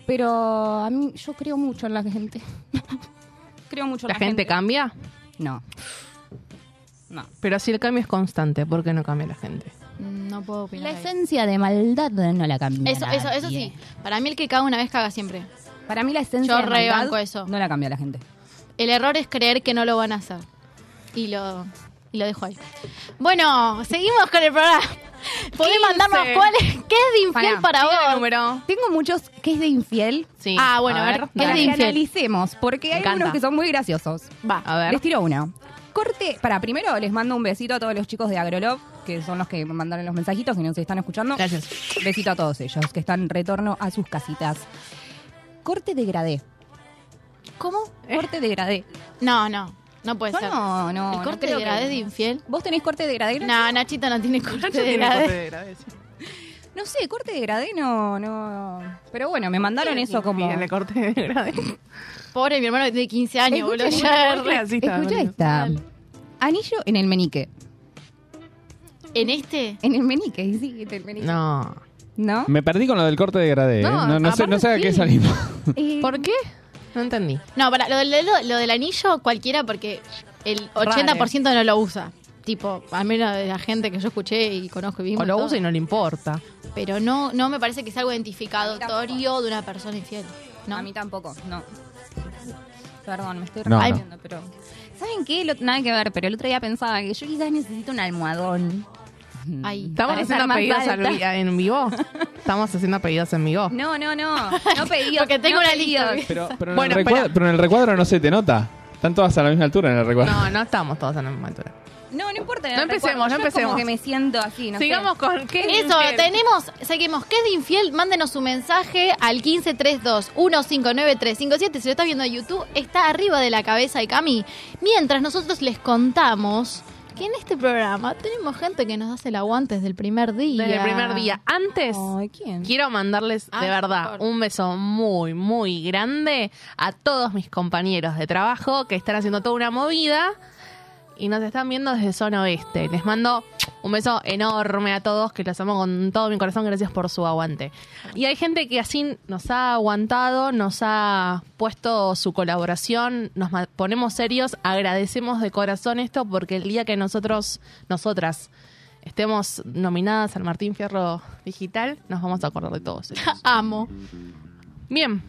F: Pero a mí, yo creo mucho en la gente. creo mucho en
E: La
F: la,
E: gente cambia,
F: No. No.
E: pero si el cambio es constante, ¿por qué no cambia la gente?
G: No puedo opinar.
F: La
G: ahí.
F: esencia de maldad no la cambia.
G: Eso, eso, eso sí. Para mí el que caga una vez caga siempre.
F: Para mí la esencia
G: Yo
F: de maldad
G: rebanco eso.
F: no la cambia la gente.
G: El error es creer que no lo van a hacer. Y lo, y lo dejo ahí. Bueno, seguimos con el programa. Podés
E: 15.
G: mandarnos cuál es, qué es de infiel
F: Pará,
G: para
E: Diga el
G: vos.
E: número.
F: Tengo muchos que es de infiel.
E: Sí.
G: Ah, bueno, a ver,
F: Para
G: es de
F: que
G: infiel.
F: analicemos, porque
E: Me
F: hay
E: encanta.
F: unos que son muy graciosos.
E: Va, a ver.
F: Les tiro una. Corte, para primero les mando un besito a todos los chicos de Agrolove, que son los que me mandaron los mensajitos, que nos están escuchando.
E: Gracias.
F: Besito a todos ellos, que están retorno a sus casitas. Corte degradé.
G: ¿Cómo?
F: Corte degradé.
G: No, no, no puede
F: Yo
G: ser.
F: no, no.
G: ¿El
F: no
G: corte
F: creo
G: de grade
F: que-
G: es de infiel?
F: ¿Vos tenés corte degradé?
G: No, Nachito no tiene corte de
E: Tiene
G: grade.
E: corte de grade, sí.
F: No sé, corte degradé no, no. Pero bueno, me mandaron eso como.
E: Tiene corte de grade.
G: Pobre mi hermano de 15 años, boludo.
F: Escuchen,
G: ya
E: Muy
G: re-
E: clasista,
F: Escucha
E: boludo.
F: esta. Anillo en el menique.
G: ¿En este?
F: En el menique, sí, en el menique.
E: No.
F: ¿No?
H: Me perdí con lo del corte de gradé. ¿eh?
E: No,
H: No, no sé, no sé a
E: aparte
H: qué
E: sí.
H: salimos.
F: Eh,
E: ¿Por qué? No entendí.
G: No, para lo del, dedo- lo del anillo, cualquiera, porque el 80% no lo usa. Tipo, al menos de la gente que yo escuché y conozco y vimos.
E: O lo
G: todo.
E: uso y no le importa.
G: Pero no, no me parece que sea algo identificatorio de una persona infiel. No.
F: A mí tampoco, no. Perdón, me estoy
H: No,
F: repitiendo, pero. ¿Saben qué? Lo- nada que ver, pero el otro día pensaba que yo quizás necesito un almohadón.
G: Ahí.
E: Estamos
F: Para estar
E: haciendo
F: más
E: pedidos
F: alta.
E: al- en vivo. Estamos haciendo pedidos en vivo.
F: No, no, no. No pedidos.
G: Porque tengo
F: no
G: una
F: pedidos.
G: lista.
H: Pero, pero, en
E: Bueno,
H: el recuadro,
E: espera.
H: pero en el recuadro no se te nota. Están todas a la misma altura en el recuadro.
E: No, no estamos todos en la misma altura.
F: No, no importa.
E: No empecemos,
F: recuerdo.
E: no
F: Yo es
E: empecemos.
F: Como que me siento así, no sé.
E: Sigamos con qué es
G: Eso,
E: infiel?
G: tenemos, seguimos. ¿Qué es de infiel? Mándenos su mensaje al 1532-159357. Si lo estás viendo en YouTube, está arriba de la cabeza de Cami. Mientras nosotros les contamos que en este programa tenemos gente que nos hace el aguante desde el primer día.
E: Desde el primer día. Antes,
F: Ay, ¿quién?
E: quiero mandarles
G: Ah,
E: de verdad
G: por favor.
E: un beso muy, muy grande a todos mis compañeros de trabajo que están haciendo toda una movida y nos están viendo desde zona oeste. Les mando un beso enorme a todos, que los amo con todo mi corazón. Gracias por su aguante. Y hay gente que así nos ha aguantado, nos ha puesto su colaboración, nos ma- ponemos serios, agradecemos de corazón esto porque el día que nosotros, nosotras, estemos nominadas al Martín Fierro Digital, nos vamos a acordar de todos. ellos.
G: Amo.
E: Bien,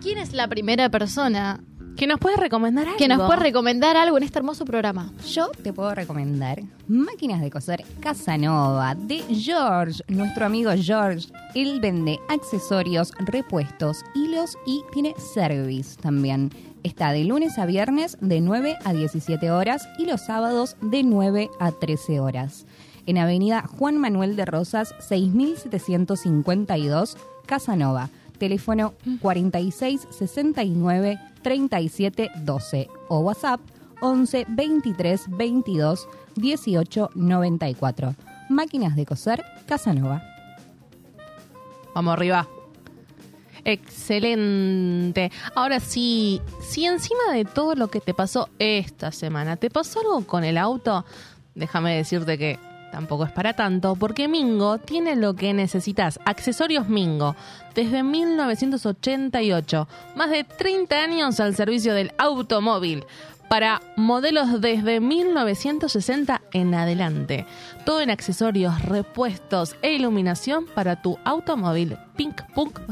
G: ¿Quién es la primera persona
E: que nos puedes recomendar algo?
G: que nos puede recomendar algo en este hermoso programa?
F: Yo te puedo recomendar Máquinas de Coser Casanova de George, nuestro amigo George. Él vende accesorios, repuestos, hilos y tiene service también. Está de lunes a viernes de 9 a 17 horas y los sábados de 9 a 13 horas. En Avenida Juan Manuel de Rosas, 6752, Casanova. Teléfono 46 69 37 12 o WhatsApp 11 23 22 18 94. Máquinas de coser Casanova.
E: Vamos arriba. Excelente. Ahora sí, si encima de todo lo que te pasó esta semana, ¿te pasó algo con el auto? Déjame decirte que tampoco es para tanto, porque Mingo tiene lo que necesitas. Accesorios Mingo, desde 1988, más de 30 años al servicio del automóvil. Para modelos desde 1960 en adelante. Todo en accesorios, repuestos e iluminación para tu automóvil. Pink Punk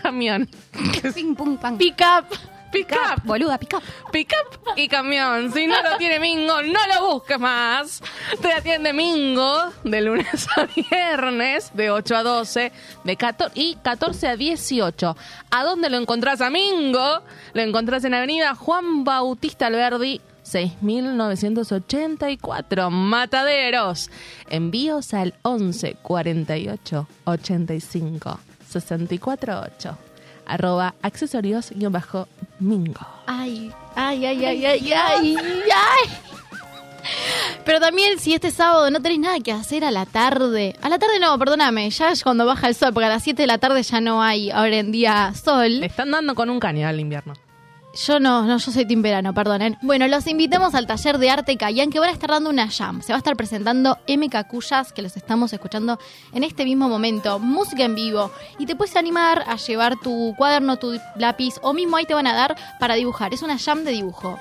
E: Camión.
F: Ping, pum, pam.
E: Pick up. Pick up.
F: Boluda, pick up.
E: Pick up y camión. Si no lo tiene Mingo, no lo busques más. Te atiende Mingo de lunes a viernes, de 8 a 12, de 14, y 14 a 18. ¿A dónde lo encontrás a Mingo? Lo encontrás en Avenida Juan Bautista Alberdi. 6.984 Mataderos. Envíos al 11 48 85 64 8. Arroba accesorios-mingo.
G: Ay, ay, ay, ay, ay, ay, ay. Pero también si este sábado no tenés nada que hacer a la tarde. A la tarde no, perdóname, ya es cuando baja el sol, porque a las 7 de la tarde ya no hay ahora en día sol.
E: Le están dando con un caño al invierno.
G: Yo no, no, yo soy team verano, perdonen. Bueno, los invitamos al taller de arte Cayán, que van a estar dando una jam. Se va a estar presentando M. Cacuyas, que los estamos escuchando en este mismo momento. Música en vivo. Y te puedes animar a llevar tu cuaderno, tu lápiz, o mismo ahí te van a dar para dibujar. Es una jam de dibujo.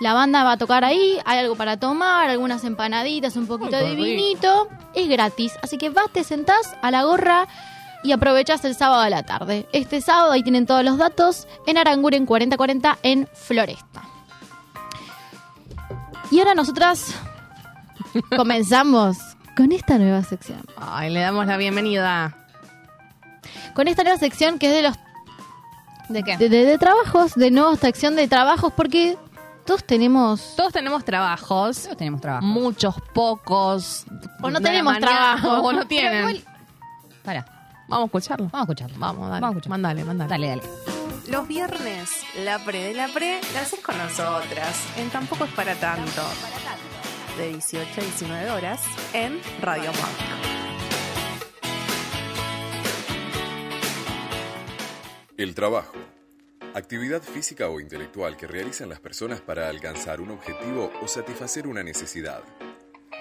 G: La banda va a tocar ahí, hay algo para tomar, algunas empanaditas, un poquito
E: Ay, qué
G: de
E: rico.
G: vinito. Es gratis, así que vas, te sentás a la gorra y aprovechás el sábado a la tarde. Este sábado ahí tienen todos los datos en Aranguren 4040 en Floresta. Y ahora nosotras comenzamos con esta nueva sección.
E: Ay, le damos la bienvenida.
G: Con esta nueva sección que es de los
F: ¿De qué?
G: de, de- de trabajos, de nueva sección de trabajos, porque todos tenemos
E: Todos tenemos trabajos,
F: Todos tenemos trabajo.
E: muchos, pocos.
G: O no
E: de la
G: tenemos trabajo.
E: O no tienen.
F: Pero igual- Pará,
E: Vamos a escucharlo.
F: vamos a escucharlo.
E: Vamos, dale.
F: Vamos a escucharlo.
E: Mandale, mandale.
F: Dale, dale.
I: Los viernes, la pre de la pre, la haces con nosotras. En Tampoco es para tanto. De 18 a 19 horas en Radio Monk.
J: El trabajo. Actividad física o intelectual que realizan las personas para alcanzar un objetivo o satisfacer una necesidad.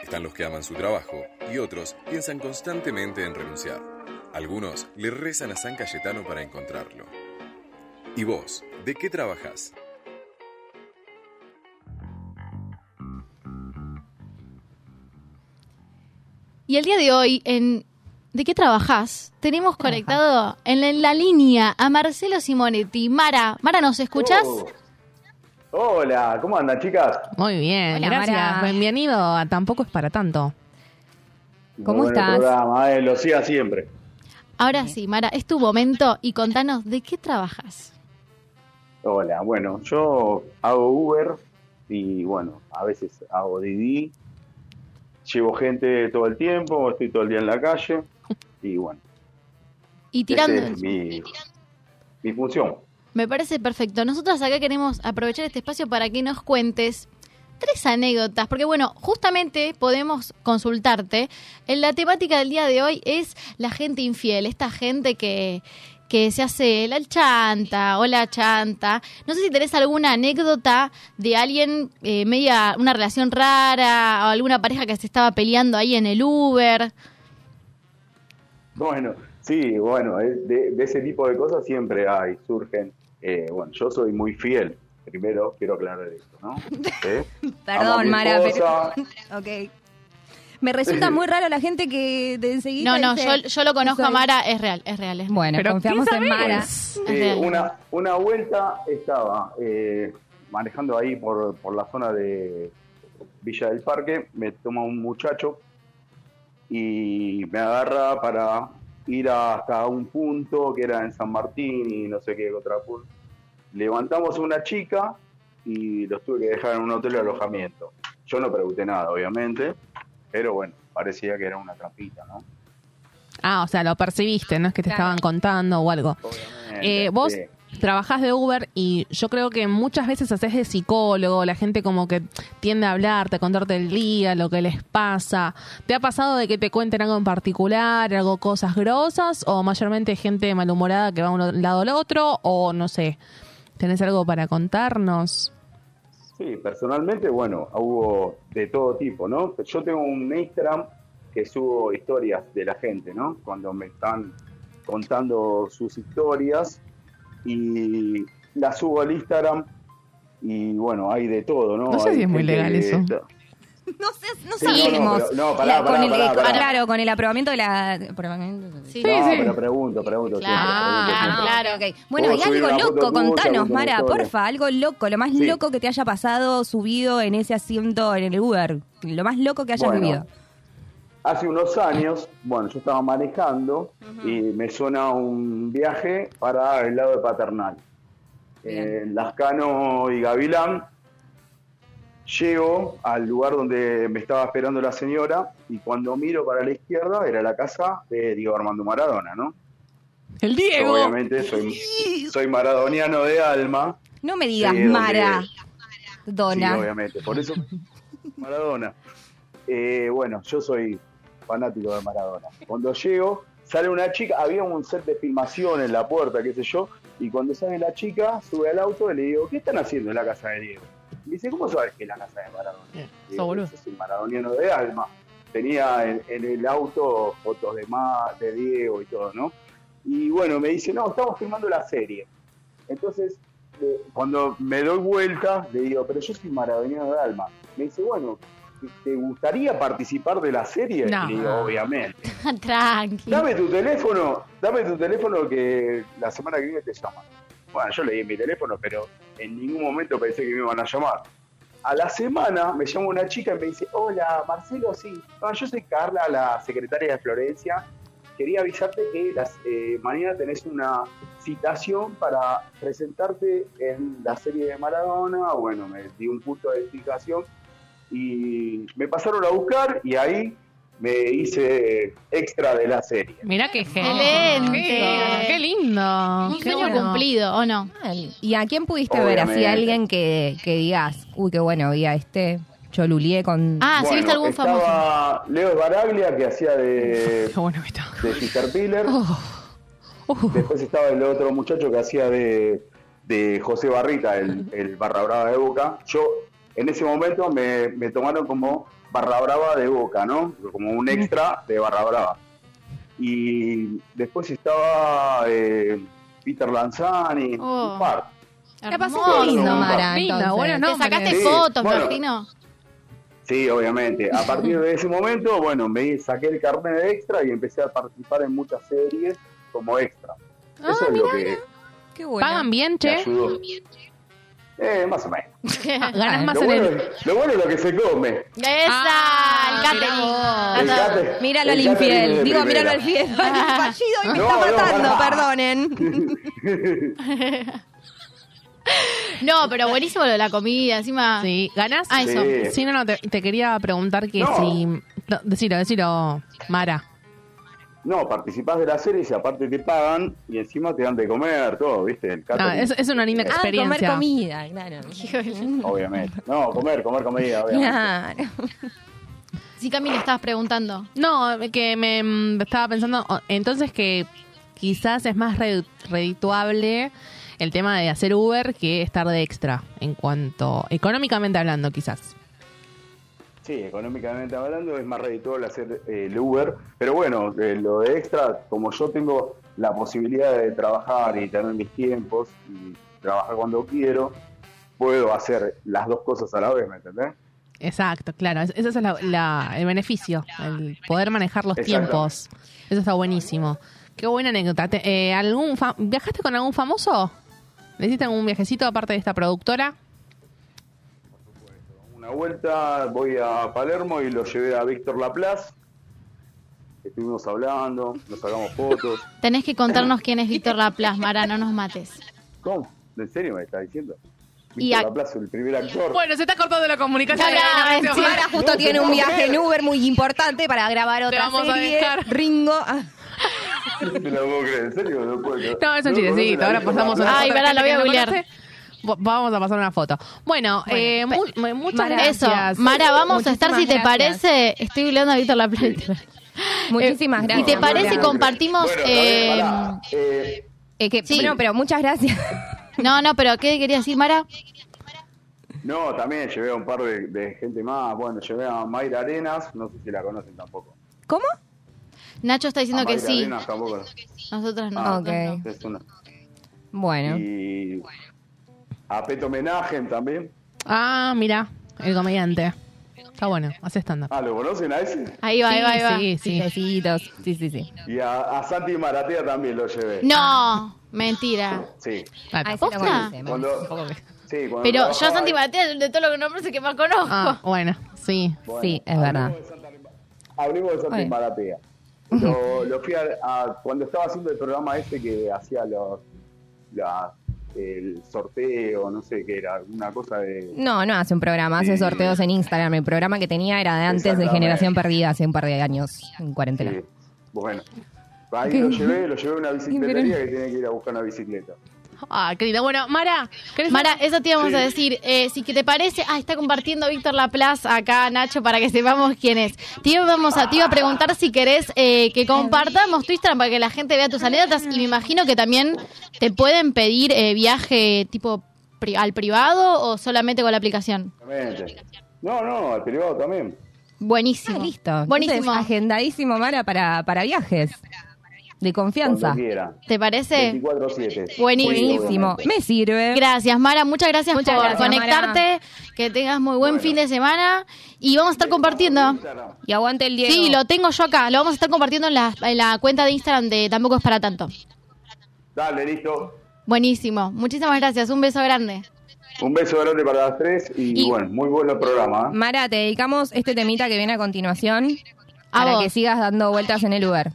J: Están los que aman su trabajo y otros piensan constantemente en renunciar. Algunos le rezan a San Cayetano para encontrarlo. ¿Y vos? ¿De qué trabajas?
G: Y el día de hoy, en ¿De qué trabajás? Tenemos conectado
C: Oh.
G: en la, en la línea a Marcelo Simonetti. Mara, Mara, ¿nos escuchás?
C: Hola, ¿cómo andan, chicas?
D: Muy bien,
F: Hola,
D: gracias.
F: Mara.
D: Bienvenido a Tampoco es para tanto.
F: ¿Cómo
C: Muy bueno el
F: estás?
C: programa, eh, lo siga siempre.
G: Ahora sí, Mara, es tu momento y contanos de qué trabajas.
C: Hola, bueno, yo hago Uber y bueno, a veces hago Didi. Llevo gente todo el tiempo, estoy todo el día en la calle y bueno,
G: Y tirando.
C: esa Este es mi, mi función.
G: Me parece perfecto. Nosotras acá queremos aprovechar este espacio para que nos cuentes tres anécdotas, porque bueno, justamente podemos consultarte. En la temática del día de hoy es la gente infiel, esta gente que, que se hace la chanta o la chanta. No sé si tenés alguna anécdota de alguien, eh, media, una relación rara o alguna pareja que se estaba peleando ahí en el Uber.
C: Bueno, sí, bueno, eh, de, de ese tipo de cosas siempre hay, surgen. Eh, bueno, yo soy muy fiel. Primero quiero aclarar esto, ¿no? ¿Eh? Amo a
F: Perdón,
C: mi
F: Mara, pero.
C: esposa.
F: Ok. Me resulta muy raro la gente que de enseguida.
G: No, no, yo,
F: dice,
G: yo lo conozco a
F: soy-
G: Mara, es real, es real. es real.
F: Bueno,
D: Pero,
F: confiamos
D: ¿qué
F: en Mara.
C: Eh,
G: Ajá.
C: una, una vuelta estaba eh, manejando ahí por, por la zona de Villa del Parque, me toma un muchacho y me agarra para ir hasta un punto que era en San Martín y no sé qué otra punto. Levantamos una chica y los tuve que dejar en un hotel de alojamiento. Yo no pregunté nada, obviamente, pero bueno, parecía que era una trampita, ¿no?
D: Ah, o sea, lo percibiste, no es que te
F: Claro.
D: estaban contando o algo.
C: Obviamente,
D: Eh, vos
C: sí.
D: trabajás de Uber y yo creo que muchas veces haces de psicólogo, la gente como que tiende a hablarte, a contarte el día, lo que les pasa. ¿Te ha pasado de que te cuenten algo en particular, algo cosas grosas o mayormente gente malhumorada que va de un lado al otro o no sé? ¿Tenés algo para contarnos?
C: Sí, personalmente, bueno, hubo de todo tipo, ¿no? Yo tengo un Instagram que subo historias de la gente, ¿no? Cuando me están contando sus historias y las subo al Instagram y bueno, hay de todo, ¿no?
D: No sé
C: Hay
D: si es muy
C: gente
D: legal
C: que
D: eso.
C: está-
F: No, sé, no
C: Sí, no, no,
F: sabemos.
C: pero- no, pará,
F: La- con
C: pará,
F: el,
C: pará, pará.
F: Claro, con el aprobamiento de la. aprobamiento-
G: Sí,
C: No,
G: sí.
C: pero pregunto, pregunto. siempre, pregunto
G: Claro.
C: siempre.
F: Ah,
G: Claro.
F: claro, ok. Bueno,
C: Puedo
F: y
C: subir
F: algo
C: una foto
F: loco,
C: tuya,
F: contanos,
C: con
F: Mara,
C: historia.
F: porfa, algo loco, lo más
C: Sí.
F: loco que te haya pasado subido en ese asiento en el Uber, lo más loco que hayas
C: Bueno,
F: vivido.
C: Hace unos años, bueno, yo estaba manejando y me suena un viaje para el lado de Paternal. En Lascano y Gavilán. Llego al lugar donde me estaba esperando la señora y cuando miro para la izquierda era la casa de Diego Armando Maradona, ¿no? Yo,
D: El Diego.
C: obviamente soy, soy maradoniano de alma.
F: No me digas,
C: Sí, donde-
F: Mara.
C: Sí,
F: Dona.
C: obviamente. Por eso, Maradona. Eh, bueno, yo soy fanático de Maradona. Cuando llego, sale una chica, había un set de filmación en la puerta, qué sé yo, y cuando sale la chica, sube al auto y le digo, ¿qué están haciendo en la casa de Diego? Me dice, ¿cómo sabes que es la casa de Maradona? Le digo,
D: boludo.
C: yo soy maradoniano de alma. Tenía en, en el auto fotos de más de Diego y todo, ¿no? Y bueno, me dice, no, estamos filmando la serie. Entonces, le- cuando me doy vuelta, le digo, pero yo soy maradoniano de alma. Me dice, bueno, ¿te gustaría participar de la serie?
D: No.
C: Le digo, obviamente.
G: Tranqui.
C: Dame tu teléfono, dame tu teléfono que la semana que viene te llaman. Bueno, yo le di mi teléfono, pero en ningún momento pensé que me iban a llamar. A la semana me llama una chica y me dice, hola, Marcelo, sí, Ah, yo soy Carla, la secretaria de Florencia. Quería avisarte que las, eh, mañana tenés una citación para presentarte en la serie de Maradona. Bueno, me di un punto de explicación y me pasaron a buscar y ahí me hice extra de la serie.
D: Mirá qué genio.
G: Excelente.
D: Qué lindo.
G: Un
D: qué
G: sueño
D: bueno.
G: cumplido, ¿o no?
F: ¿Y a quién pudiste ver? Así
C: Obviamente.
F: alguien que, que digas, uy, qué bueno, vi a este, yo lulié con...
G: Ah, ¿sí
C: Bueno,
G: viste algún famoso?
C: estaba Leo Baraglia que hacía de,
D: Qué bueno que está.
C: de Caterpillar.
G: Oh.
D: Uh.
C: Después estaba el otro muchacho que hacía de, de José Barrita, el, el barra brava de Boca. Yo, en ese momento, me, me tomaron como barra brava de Boca, ¿no? Como un extra de barra brava. Y después estaba eh, Peter Lanzani,
G: Oh.
C: un par.
F: La pasaste
G: Hermoso.
C: lindo,
F: Mara,
D: Lindo,
F: entonces.
D: bueno, no.
G: Te sacaste
C: Sí,
G: fotos, me
C: bueno.
G: imagino.
C: Sí, obviamente. A partir de ese momento, bueno, me saqué el carnet de extra y empecé a participar en muchas series
D: Ah,
C: como extra. Eso es lo que
F: Qué bueno.
D: ¿Pagan bien,
C: me
D: che?
C: ayudó. Eh, más o menos.
D: Ganas Ah, más
C: Ah, Lo
D: en
C: bueno,
D: el.
C: es, lo bueno es lo que se come.
G: Esa,
D: Ah,
G: el
D: mirá
G: catering.
C: El
G: Gata-
C: cate-
F: Míralo al
C: el catering
F: infiel.
C: de
F: Digo,
C: primera.
F: míralo al fiel. fallido y me
C: No,
F: está
C: no,
F: matando,
C: pará.
F: perdonen. Ah,
G: No, pero buenísimo lo de la comida, encima.
D: Sí, ganás.
G: Ah, eso.
C: Sí.
D: Sí, no, no, te, te quería preguntar que
C: No.
D: si. no, decilo, decilo, Mara.
C: No, participás de la serie y aparte te pagan y encima te dan de comer, todo, ¿viste? El catering.
D: Ah, es, es una linda
B: Ah, comer
D: experiencia.
B: comida, claro.
C: Obviamente. No, comer, comer comida, obviamente.
B: Claro.
G: Sí, Cami, le estabas preguntando.
D: no, que me mm, estaba pensando, o- entonces que quizás es más re- redituable el tema de hacer Uber que estar de extra, en cuanto, económicamente hablando, quizás.
C: Sí, económicamente hablando es más redituable hacer eh, el Uber, pero bueno, eh, lo de extra, como yo tengo la posibilidad de trabajar y tener mis tiempos y trabajar cuando quiero, puedo hacer las dos cosas a la vez, ¿me entendés?
D: Exacto, claro, es- ese es la- la- el beneficio, el poder manejar los
C: Exacto.
D: tiempos. Eso está buenísimo. Qué buena anécdota. Te- eh, algún fa- ¿Viajaste con algún famoso? ¿Necesitan un viajecito aparte de esta productora?
C: Una vuelta voy a Palermo y lo llevé a Víctor Laplace. Estuvimos hablando, nos sacamos fotos.
G: Tenés que contarnos quién es Víctor Laplace, Mara, no nos mates.
C: ¿Cómo? ¿En serio me está diciendo?
G: Y
C: Víctor
G: a-
C: Laplace, el primer actor.
D: Bueno, se está cortando la comunicación.
G: No, no,
D: Ahora,
G: encima-
D: Mara.
F: Mara justo
C: No te
F: tiene un
C: puedo
F: viaje
C: creer.
F: en Uber muy importante para grabar otra
D: vamos a
F: serie.
D: dejar.
F: Ringo. ah,
C: No te la puedo creer, ¿en serio? No, puedo creer.
D: No, es un
C: No,
D: chistecito.
C: no, no,
D: Ahora
C: no,
D: pasamos
C: no,
D: una
C: no.
G: Ay,
D: foto. de
G: pará, la
D: gente que
G: voy a
D: no
G: googlear.
D: conoce. Vo- Vamos a pasar una foto. Bueno, eh, mu- mu- muchas
B: Mara,
G: Eso,
D: gracias.
G: Mara, vamos a estar, si te
B: Muchísimas gracias.
G: parece, estoy hablando a Víctor Laplace.
B: Muchísimas
G: Eh,
B: gracias.
G: ¿Y te parece?
B: Laura.
G: Compartimos...
C: Bueno, a
G: eh,
C: ver, pará. Eh,
B: Eh, que-
G: Sí.
B: Bueno, pero muchas gracias.
G: no, no, pero ¿qué quería decir, Mara?
C: no, también llevé a un par de, de gente más. Bueno, llevé a Mayra Arenas, no sé si la conocen tampoco.
F: ¿Cómo?
G: Nacho está
C: A
G: diciendo que
C: Mayra
G: sí.
C: Arenas tampoco.
G: Nosotros no.
C: Ah,
G: nosotros no.
C: es una.
F: Bueno.
C: Y a Peto Menagen también.
D: Ah, mira, el comediante. Está bueno, hace stand-up.
C: Ah, ¿lo conocen a ese?
G: Ahí va, ahí va, ahí va.
D: Sí, sí.
F: Besitos. Sí, sí, sí.
C: Y a, a Santi Maratea también lo llevé.
G: No, mentira.
C: Sí.
D: Ah,
B: Ah, ese
G: ¿posta?
B: lo conocemos.
C: Cuando-
B: Un poco que-
C: sí cuando
G: Pero yo
C: trabajaba-
G: Santi Matías, de todo lo que nombres es el que más conozco.
D: Ah, bueno, sí.
C: Bueno,
F: Sí, es
C: hablemos
F: verdad.
C: de Santa- Hablemos de Santi
F: Oye.
C: Maratea. Lo, lo fui a, a- Cuando estaba haciendo el programa ese que hacía los. la- el sorteo, no sé qué era, alguna cosa de.
B: No, no hace un programa, hace
C: Sí.
B: sorteos en Instagram. El programa que tenía era de antes de
C: Exactamente.
B: Generación Perdida, hace un par de años, en cuarentena.
C: Sí, Bueno. Ahí lo llevé, lo llevé a una bicicletería que tiene que ir a buscar una bicicleta.
D: Ah, qué lindo. Bueno, Mara, ¿querés-
G: Mara, eso te íbamos
C: Sí.
G: a decir. Eh, si que te parece, ah, está compartiendo Víctor Laplace acá, Nacho, para que sepamos quién es. Te íbamos a, te iba a preguntar si querés eh, que compartamos tu Instagram para que la gente vea tus anécdotas y me imagino que también te pueden pedir eh, viaje tipo pri- al privado o solamente con la aplicación.
C: Exactamente. No, no, al privado también.
G: Buenísimo.
B: Ah, listo.
G: Buenísimo.
B: Entonces, agendadísimo, Mara, para, para viajes. De
C: Cuando
B: confianza.
C: quiera.
G: ¿Te parece?
C: 24-7.
G: Buenísimo.
B: Buenísimo. Me sirve.
G: Gracias, Mara. Muchas gracias
B: Muchas
G: por
B: gracias,
G: conectarte. Que tengas muy buen
C: Bueno.
G: fin de semana. Y vamos a estar compartiendo.
C: Instagram.
B: Y aguante el Diego.
G: Sí, lo tengo yo acá. Lo vamos a estar compartiendo en la, en la cuenta de Instagram de Tampoco es para tanto.
C: Dale, listo.
G: Buenísimo. Muchísimas gracias. Un beso grande.
C: Un beso grande para las tres y,
G: Y-
C: bueno, muy bueno el programa. ¿eh?
B: Mara, te dedicamos este temita que viene a continuación
G: A
B: para
G: vos.
B: que sigas dando vueltas en el Uber.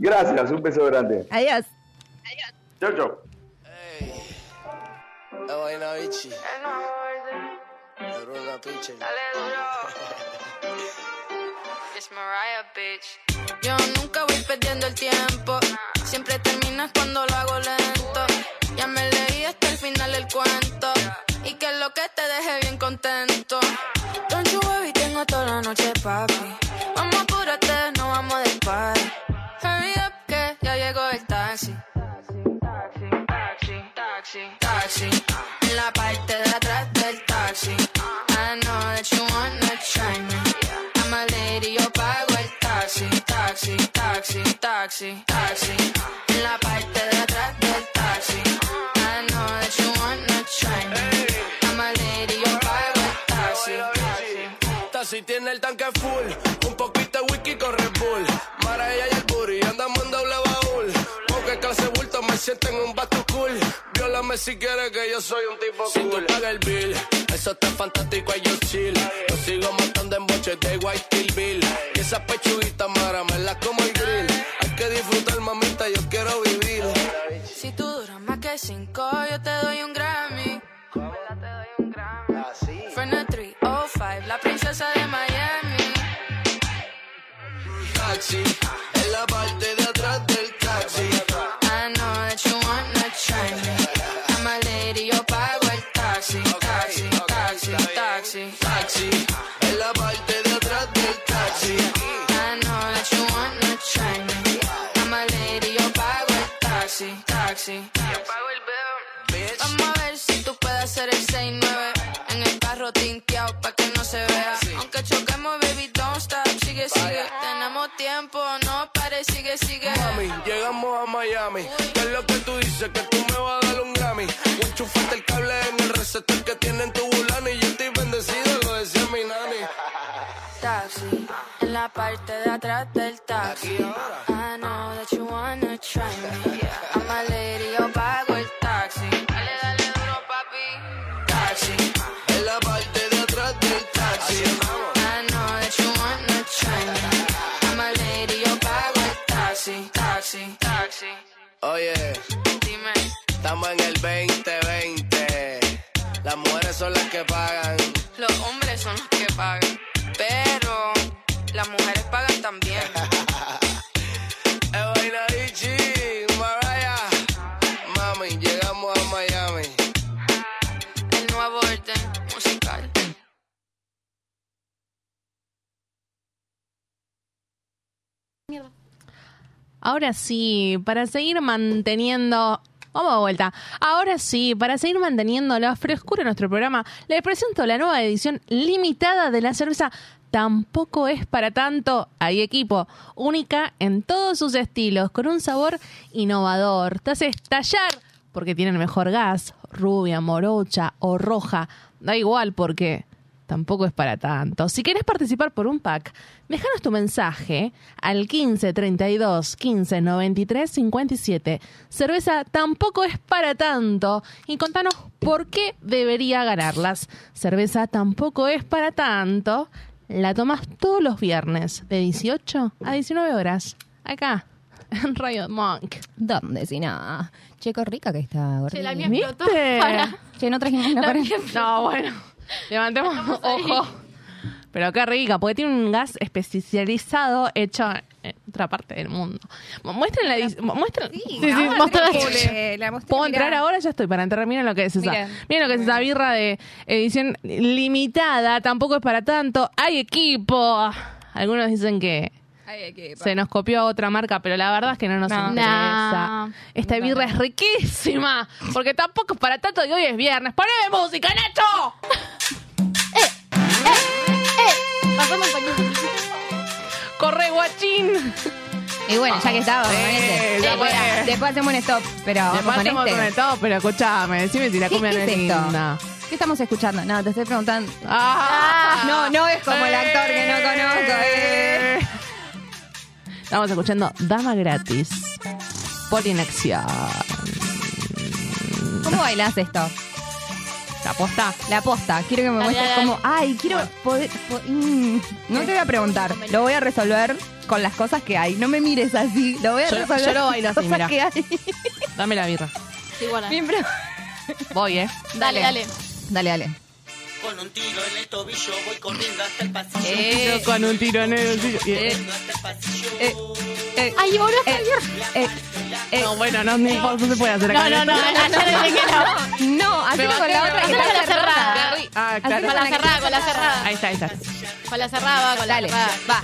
C: Gracias, un beso grande.
B: Adiós.
C: Chau, chau.
K: La vaina bichi. Pero una pinche.
E: It's Mariah, bitch. Yo nunca voy perdiendo el tiempo. Siempre terminas cuando lo hago lento. Ya me leí hasta el final el cuento. Y que lo que te deje bien contento. Don't you worry, tengo toda la noche, papi. Vamos, apúrate, no vamos de par. Hurry up, que ya llegó el taxi. Taxi, taxi, taxi, taxi. En la parte de atrás del taxi. I know that you wanna try me. I'm a lady, yo pago el taxi, taxi, taxi, taxi, taxi. En la parte de atrás del taxi. I know that you wanna try me. I'm a lady, yo pago el taxi, taxi.
K: Taxi tiene el tanque full. Un poquito de whisky con Red Bull. Mara ella y el booty. Andamos en doble baúl. Porque calce bulto me siento en un bato cool. Viola me
L: si quieres que yo soy un tipo si tú pagas el bill, eso está fantástico, y yo chill. Yo sigo matando en boches de White Kill Bill. Y esas pechuguitas maramelas como el grill. Hay que disfrutar, mamita, yo quiero vivir.
E: Si tú duras más que cinco, yo te doy un Grammy. From the 305, la princesa de Miami.
L: Taxi, en la parte de atrás del taxi.
E: I know that you wanna try me. I'm a lady, yo pago el taxi, taxi, taxi, taxi.
L: Taxi, en la parte de atrás del taxi.
E: I know that you wanna try me. I'm a lady, yo pago el taxi, taxi. Yo pago el bill. Vamos a ver si tú puedes hacer el 6-9 en el carro tinteado pa' que no se vea. Aunque choquemos, baby, don't stop, sigue, sigue. Tenemos tiempo, no pares, sigue, sigue.
L: Mami, llegamos a Miami. ¿Qué es lo que tú dices? Que tú me vas a dar un Grammy. O enchufaste el cable en el receptor que tiene en tu bulana y yo estoy bendecido, lo decía mi nani.
E: taxi En la parte de atrás del taxi I know that you wanna try me I'm a lady, yo pago el taxi Dale, dale duro, papi Taxi
L: En la parte de atrás del taxi.
E: I know Ah, that you wanna try me I'm a lady, yo pago el taxi Taxi, taxi
L: Oye,
E: Dime
L: estamos en el 2020. Las mujeres son las que pagan.
E: Los hombres son los que pagan Pero las mujeres pagan también
L: Evainarichi, Mariah. Mami, llegamos a Miami.
E: El nuevo orden musical
D: Ahora sí, para seguir manteniendo. Vamos de vuelta. Ahora sí, para seguir manteniendo la frescura de nuestro programa, les presento la nueva edición limitada de la cerveza. Tampoco es para tanto. Hay equipo, única en todos sus estilos, con un sabor innovador. Te hace estallar porque tienen mejor gas, rubia, morocha o roja. Da igual porque Tampoco es para tanto. Si querés participar por un pack, déjanos tu mensaje al 15 32 15 93 57. Cerveza tampoco es para tanto. Y contanos por qué debería ganarlas. Cerveza tampoco es para tanto. La tomas todos los viernes de 18 a 19 horas. Acá, en Radio Monk.
B: ¿Dónde si no? Che, qué rica que está, gordita.
G: Che, la mía explotó.
D: ¿Viste?
G: Para.
B: Che, no trajimos una
G: La
B: para...
G: mía
D: No, bueno. Levantemos ojo. Pero qué rica, porque tiene un gas especializado hecho en otra parte del mundo. Mu- Muestren la... dis- mu- Muestren... Sí, sí,
F: ah,
G: ahora
D: mostrá la
G: tenés que-
D: chucha.
F: Eh, la mostré,
D: ¿Puedo
F: mirá.
D: entrar ahora? Ya estoy para entrar. Miren lo que es esa.
F: Mirá.
D: Miren lo que es esa birra de edición limitada. Tampoco es para tanto. Hay equipo. Algunos dicen que
F: Ay, qué pa-
D: se nos copió otra marca, pero la verdad es que no nos
F: No.
D: interesa.
G: No.
D: Esta birra es riquísima. Porque tampoco es para tanto y hoy es viernes. ¡Poneme música, Nacho!
G: ¡Eh! Pasame el pañuelo.
D: ¡Corre, guachín!
F: Y bueno, ya que estaba, con
D: Eh,
F: ese.
D: ya
F: Después,
D: fue.
F: después hacemos un stop, pero vamos
D: Después
F: con
D: hacemos
F: este.
D: con el todo, pero escuchame, decime si la
F: ¿Qué,
D: cumbia no
F: qué
D: es
F: es esto?
D: linda.
F: ¿Qué estamos escuchando? No, te estoy preguntando.
D: Ah.
F: No, no es como el actor que no conozco. eh.
D: Estamos escuchando Dama Gratis por inacción.
F: ¿Cómo bailás esto?
D: La posta.
F: La posta. Quiero que me
G: Dale,
F: muestres
G: dale,
F: cómo. Ay, quiero poder. po- mm. No te voy a preguntar. Lo voy a resolver con las cosas que hay. No me mires así. Lo voy a
D: Yo-
F: resolver.
D: yo lo bailo así,
F: con las
D: mirá.
F: cosas que hay.
D: Dame la birra.
G: Sí, igual.
F: Bien, pero-
D: Voy, eh.
G: Dale, dale.
F: Dale, dale.
L: Con un tiro en el tobillo voy corriendo hasta el pasillo.
D: Yo con un tiro en el bolsillo. Eh.
F: Eh, eh,
G: Ay, boludo, está
F: eh,
G: abierto.
F: eh, eh.
D: No, bueno, no, ni- no se puede hacer
G: No,
D: acá.
G: no, no, ayer dije que no.
F: No, hacelo con la otra que
G: Hacelo
F: está
G: con la cerrada.
D: Ah,
F: Hacelo
D: claro.
G: Con la cerrada, con la cerrada.
D: Ahí está, ahí está.
G: Con la cerrada, con la
F: Dale,
G: cerrada.
F: va.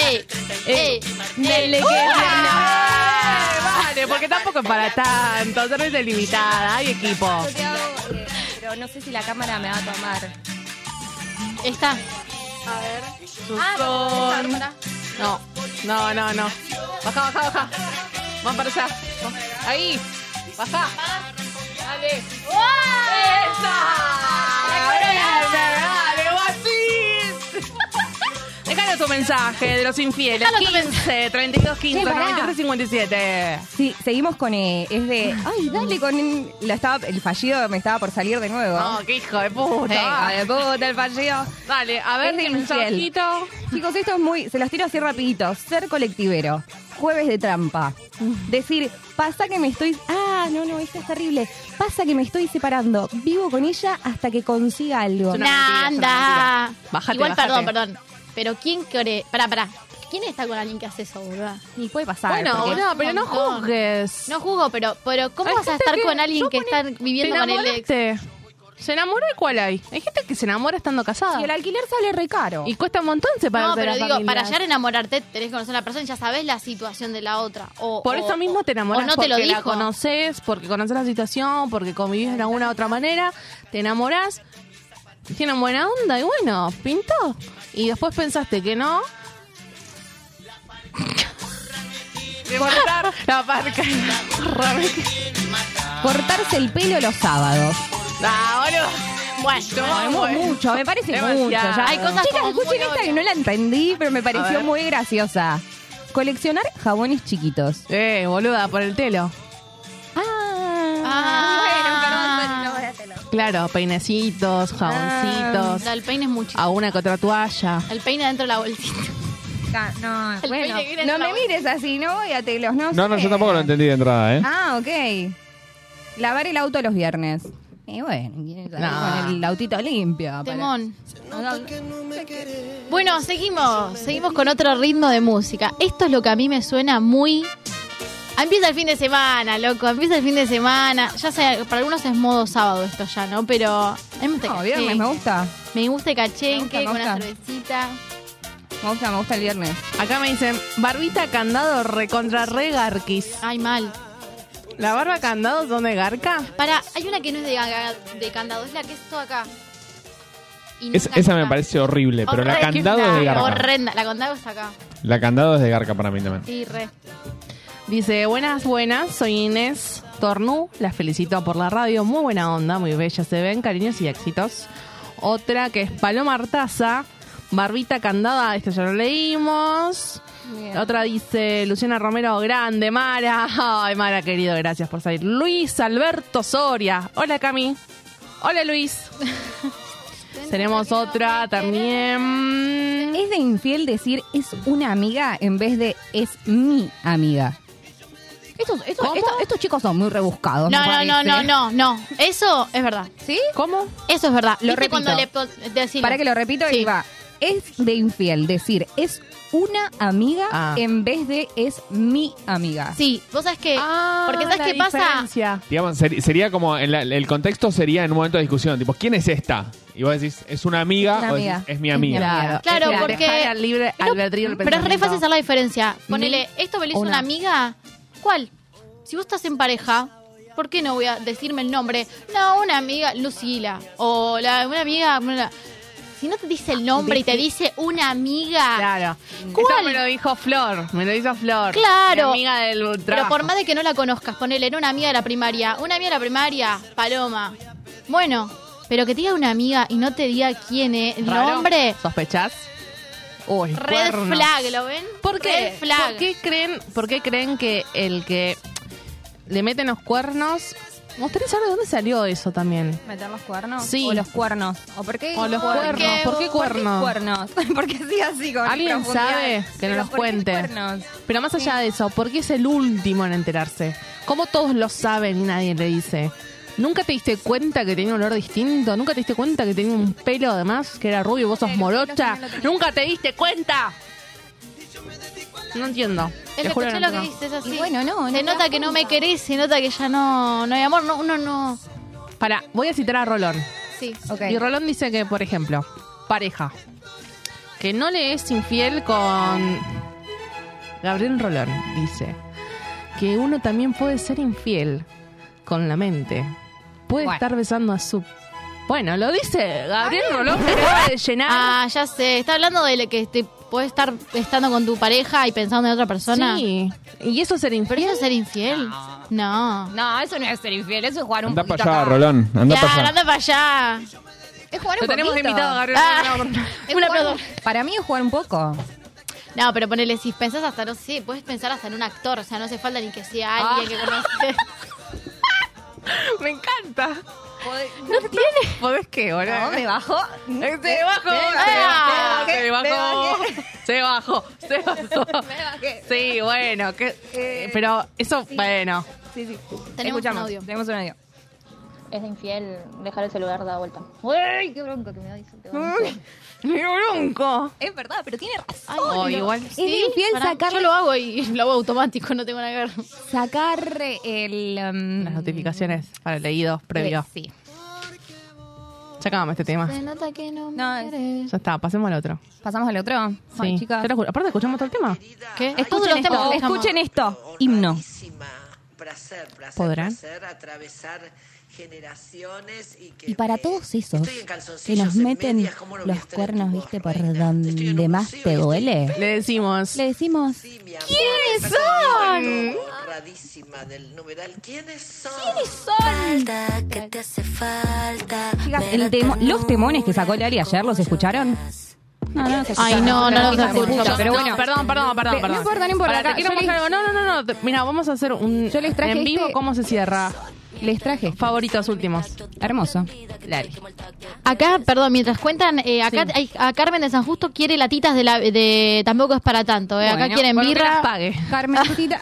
G: ¡Ey! ¡Ey!
F: Dale,
G: ¡Ey!
F: que-
D: Eh, Vale, porque tampoco es para tanto. Cerveza limitada, hay equipo.
F: Yo te hago, eh, pero no sé si la cámara me va a tomar.
G: Está. Ah,
D: Son- No, no, no, no. Baja, baja, baja. Vamos para allá. Ahí. Baja. Dale. ¡Esa! ¡Dale, dale, guachis! Deja Déjanos tu mensaje de los infieles. 15, 32, 15,
F: Che, pará.
D: 93, 57.
F: Sí, seguimos con. eh, es de. Ay, dale con. La estaba, el fallido me estaba por salir de nuevo.
D: No, qué hijo de puta.
F: Eh, hijo de puta, el fallido.
D: Dale, a ver,
F: Es de
D: qué
F: infiel.
D: mensajito.
F: Chicos, esto es muy. Se las tiro así rapidito. Ser colectivero. Jueves de trampa. Decir, pasa que me estoy. Ah, no, no, esto es terrible. Pasa que me estoy separando. Vivo con ella hasta que consiga algo.
G: Nanda.
F: Bájate,
G: Igual,
F: bájate.
G: perdón, perdón. Pero ¿quién quiere...? Pará, pará. ¿Quién está con alguien que hace eso, boluda?
F: Ni puede pasar.
G: Bueno,
F: porque-
G: boluda, pero no
D: juzgues.
G: No juzgo, pero, pero ¿cómo
D: Hay
G: vas a
D: gente
G: estar
D: que-
G: con alguien
D: yo
G: que
D: pone-
G: está viviendo
D: te
G: con el ex?
D: enamoraste. ¿Se enamoró y cuál hay? Hay gente que se enamora estando casada.
F: Y el alquiler sale re caro.
D: Y cuesta un montón separarse
G: No, pero
D: de la
G: digo,
D: familia.
G: para llegar a enamorarte tenés que conocer a la persona y ya sabés la situación de la otra. O,
D: Por
G: o-
D: eso mismo te enamoras
G: o no te
D: porque
G: lo
D: la
G: dijo.
D: conoces, porque conoces la situación, porque convivís de alguna u otra manera, te enamorás, tienen buena onda y bueno, pintó. Y después pensaste que no. Cortar la parca.
F: Cortarse el pelo los sábados.
D: Ah, boludo.
G: Bueno,
F: Mu- Mucho, me parece
D: Demasiado.
F: mucho. ya.
G: Hay cosas
F: Chicas,
G: como
F: escuchen
G: muy
F: esta que no la entendí, pero me pareció
D: ver.
F: muy graciosa. Coleccionar jabones chiquitos.
D: Eh, boluda, por el telo.
F: Ah,
G: Ah,
D: Claro, peinecitos, jaboncitos,
G: el peine es mucho.
D: a una que otra toalla.
G: El peine dentro de la bolsita.
F: Ah, No,
G: El
F: bueno,
G: peine que viene
F: no
G: en la
F: me
G: bolsa.
F: mires así, no voy a telos, no
H: No, no,
F: sé.
H: yo tampoco lo entendí de entrada, ¿eh?
F: Ah, ok. Lavar el auto los viernes. Y bueno,
D: No.
F: con el autito limpio.
D: Ah,
F: para-
G: Temón.
F: No,
G: Bueno, seguimos. Seguimos con otro ritmo de música. Esto es lo que a mí me suena muy. Ah, Empieza el fin de semana, loco. Empieza el fin de semana. Ya sé, para algunos es modo sábado esto ya, ¿no? Pero. A mí me gusta
F: no,
G: el
F: viernes,
G: cachengue.
F: me gusta.
G: Me gusta el
F: Me gusta,
G: cachenque
F: me
G: con una
F: gusta.
G: cervecita.
F: Me gusta, me gusta el viernes.
D: Acá me dicen, barbita candado recontra re garquis.
G: Ay, mal.
D: ¿La barba candado es donde garca?
G: Para, hay una que no es de, ga- de candado, es la que es toda acá. Y no
H: Es-
G: acá,
H: esa me
G: acá.
H: parece horrible, pero la
G: Horrenda,
H: candado es de garca.
G: Horrenda, la candado es acá.
H: La candado es de garca para mí también.
G: Y re.
D: Dice, buenas, buenas, soy Inés Tornú, las felicito por la radio, muy buena onda, muy bella se ven, cariños y éxitos. Otra que es Paloma Artaza, Barbita Candada, esta ya lo leímos. Otra dice Luciana Romero, grande, Mara. Ay, Mara, querido, gracias por salir. Luis Alberto Soria. Hola, Cami. Hola, Luis. Tenemos otra también.
G: Eh,
F: Es de infiel decir es una amiga en vez de es mi amiga. Estos, estos-
D: ¿Cómo?
F: estos- estos chicos son muy rebuscados.
G: No,
F: me
G: no, no,
F: parece.
G: no, no, no. Eso es verdad.
F: ¿Sí?
D: ¿Cómo?
G: Eso es verdad.
F: Lo
G: ¿Viste cuando le
F: repito.
G: pon- decilo?
F: Para que lo repito
G: Sí.
F: y va. Es de infiel decir es una amiga
D: Ah.
F: en vez de es mi amiga.
G: Sí, vos sabés que. eh,
D: Ah,
G: porque ¿sabes qué pasa?
H: Digamos, ser- sería como, en la- el contexto sería en un momento de discusión, tipo, ¿quién es esta? Y vos decís, es una amiga,
F: Una
H: o decís,
F: amiga.
H: es mi amiga.
D: Claro,
G: Claro,
D: es que
G: porque-
D: dejar al libre albedrío el
G: Pero es re
D: pensamiento.
G: fácil hacer la diferencia. Ponele, esto me lo hizo
F: una.
G: una amiga. ¿Cuál? Si vos estás en pareja, ¿por qué no voy a decirme el nombre? No, una amiga, Lucila. O la, una amiga. bla, bla. Si no te dice el nombre y te dice una amiga.
D: Claro.
G: ¿Cuál?
D: Esto me lo dijo Flor, me lo hizo Flor.
G: Claro.
D: Mi amiga del
G: Pero
D: trabajo.
G: por más de que no la conozcas, ponele, era una amiga de la primaria. Una amiga de la primaria, Paloma. Bueno, pero que te diga una amiga y no te diga quién es, el
D: Raro.
G: nombre.
D: ¿Sospechás? Uy,
G: Red
D: cuernos.
G: flag, ¿lo ven?
D: ¿Por qué?
G: Red flag.
D: ¿Por qué creen, por qué creen que el que le meten los cuernos... Me gustaría saber de dónde salió eso también.
F: ¿Meter los cuernos?
D: Sí.
F: O los cuernos. ¿O por qué?
D: O los cuernos. ¿Por qué cuernos?
F: cuernos? Porque sí, así con
D: Alguien
F: profundidad.
D: sabe que
F: Pero
D: nos los
F: ¿por qué
D: cuente.
F: cuernos?
D: Pero más allá de eso, ¿por qué es el último en enterarse? ¿Cómo todos lo saben y nadie le dice? ¿Nunca te diste cuenta que tenía un olor distinto? ¿Nunca te diste cuenta que tenía un pelo además que era rubio y vos sos
F: Sí, los pelos
D: morocha?
F: también lo tenés.
D: ¿Nunca te diste cuenta? No entiendo.
G: Es
D: Te
G: que
D: juro
G: escuché
D: no
G: lo que
D: entiendo.
G: dices así.
F: Y bueno, no,
G: Se
F: no
G: nota que no me querés, se nota que ya no, no hay amor. No, uno no.
D: Pará, voy a citar a Rolón.
G: Sí.
F: Ok.
D: Y Rolón dice que, por ejemplo, pareja que no le es infiel con Gabriel Rolón dice que uno también puede ser infiel con la mente. Puede
F: Bueno.
D: estar besando a su bueno, lo dice Gabriel Rolón que acaba de llenar.
G: Ah, ya sé. Está hablando de lo que te puedes estar estando con tu pareja y pensando en otra persona.
D: Sí. Y eso es ser
G: Pero
D: infiel.
G: eso es ser infiel. No.
F: No, eso no es ser infiel, eso es jugar un
H: Anda
F: poquito
H: para allá,
F: acá.
H: Rolón, anda
G: Claro,
H: para allá.
G: anda para allá.
F: Es jugar un
D: Lo tenemos
F: poquito.
D: invitado, Gabriel.
G: Ah,
D: No, no, no.
G: un
F: Es jugar
G: aplauso.
F: un- Para mí es jugar un poco.
G: No, pero ponele, si pensás hasta, no sé, puedes pensar hasta en un actor, o sea, no hace falta ni que sea alguien
D: Ah.
G: que conoces.
D: Me encanta.
G: No tiene.
D: ¿Podés qué,
F: No,
D: boludo?
F: me bajo.
D: Eh, Se bajó,
G: Ah,
D: se
F: me
D: bajó,
F: bajé.
D: se bajó, se bajó. Sí, bueno, que, eh, pero eso, bueno.
F: Sí, sí.
G: Tenemos
F: Escuchamos,
G: un audio.
F: Tenemos un audio.
M: Es de infiel dejar el celular dado vuelta. ¡Uy! ¡Qué bronco que me da! dice, te va a decir.
D: ¡Mi bronco!
F: Es verdad, pero tiene razón.
G: Ay,
D: Oh, igual.
F: Es infiel
G: pará,
F: sacar-
G: Yo lo hago y lo hago automático, no tengo nada que ver.
F: Sacar el... um,
D: Las notificaciones para leídos previo.
F: eh, Sí.
D: Ya acabamos este tema.
G: Se nota que no me
F: No, es-
G: querés.
D: Ya está, pasemos al otro.
F: ¿Pasamos al otro?
D: Sí.
F: Ay, chicas.
D: Te lo juro. Aparte, escuchamos todo el tema.
G: ¿Qué? Todos
F: Escuchen
G: los
F: esto,
G: temas que
F: escuchen
G: dejamos.
F: esto. Oh, Himno.
J: Placer, placer,
D: ¿Podrán?
J: placer, atravesar generaciones y que
B: Y para
J: me-
B: todos esos
J: estoy en
B: que
J: calzoncillos,
B: nos
J: en
B: meten
J: medias, ¿cómo no voy a
B: los
J: estar en
B: cuernos,
J: tu
B: viste, por
J: borda? Estoy en
B: donde
J: un
B: más
J: museo y
B: te
J: estoy
B: duele,
D: Le decimos.
B: le decimos,
J: Sí, mi amor,
B: ¿quiénes
J: estás
B: son?
J: en un lugar honradísima del numeral. ¿Quiénes son?
F: Chicas, el temo- los temones que sacó Lari ayer, ¿los escucharon? No, no, los
G: Ay, no, no los
F: Hija de
G: escucho.
F: puta, Ah, pero
D: No,
F: bueno.
D: perdón, perdón, perdón,
F: Pe- no
D: perdón.
F: importa, no importa,
D: Pará,
F: acá-
D: te quiero
F: yo les-
D: mostrar algo. No, no, no, no. te- Mira, vamos a hacer un
F: Yo les traje
D: en vivo
F: este-
D: cómo se cierra.
F: Les traje.
D: Favoritos últimos.
F: Hermoso. Lari.
G: Acá, perdón, mientras cuentan, eh, acá hay- a Carmen de San Justo quiere latitas de, la, de tampoco es para tanto. eh. acá
F: Bueno,
G: quieren
D: Bueno, que las
G: birra.
D: pague.
F: Carmencita.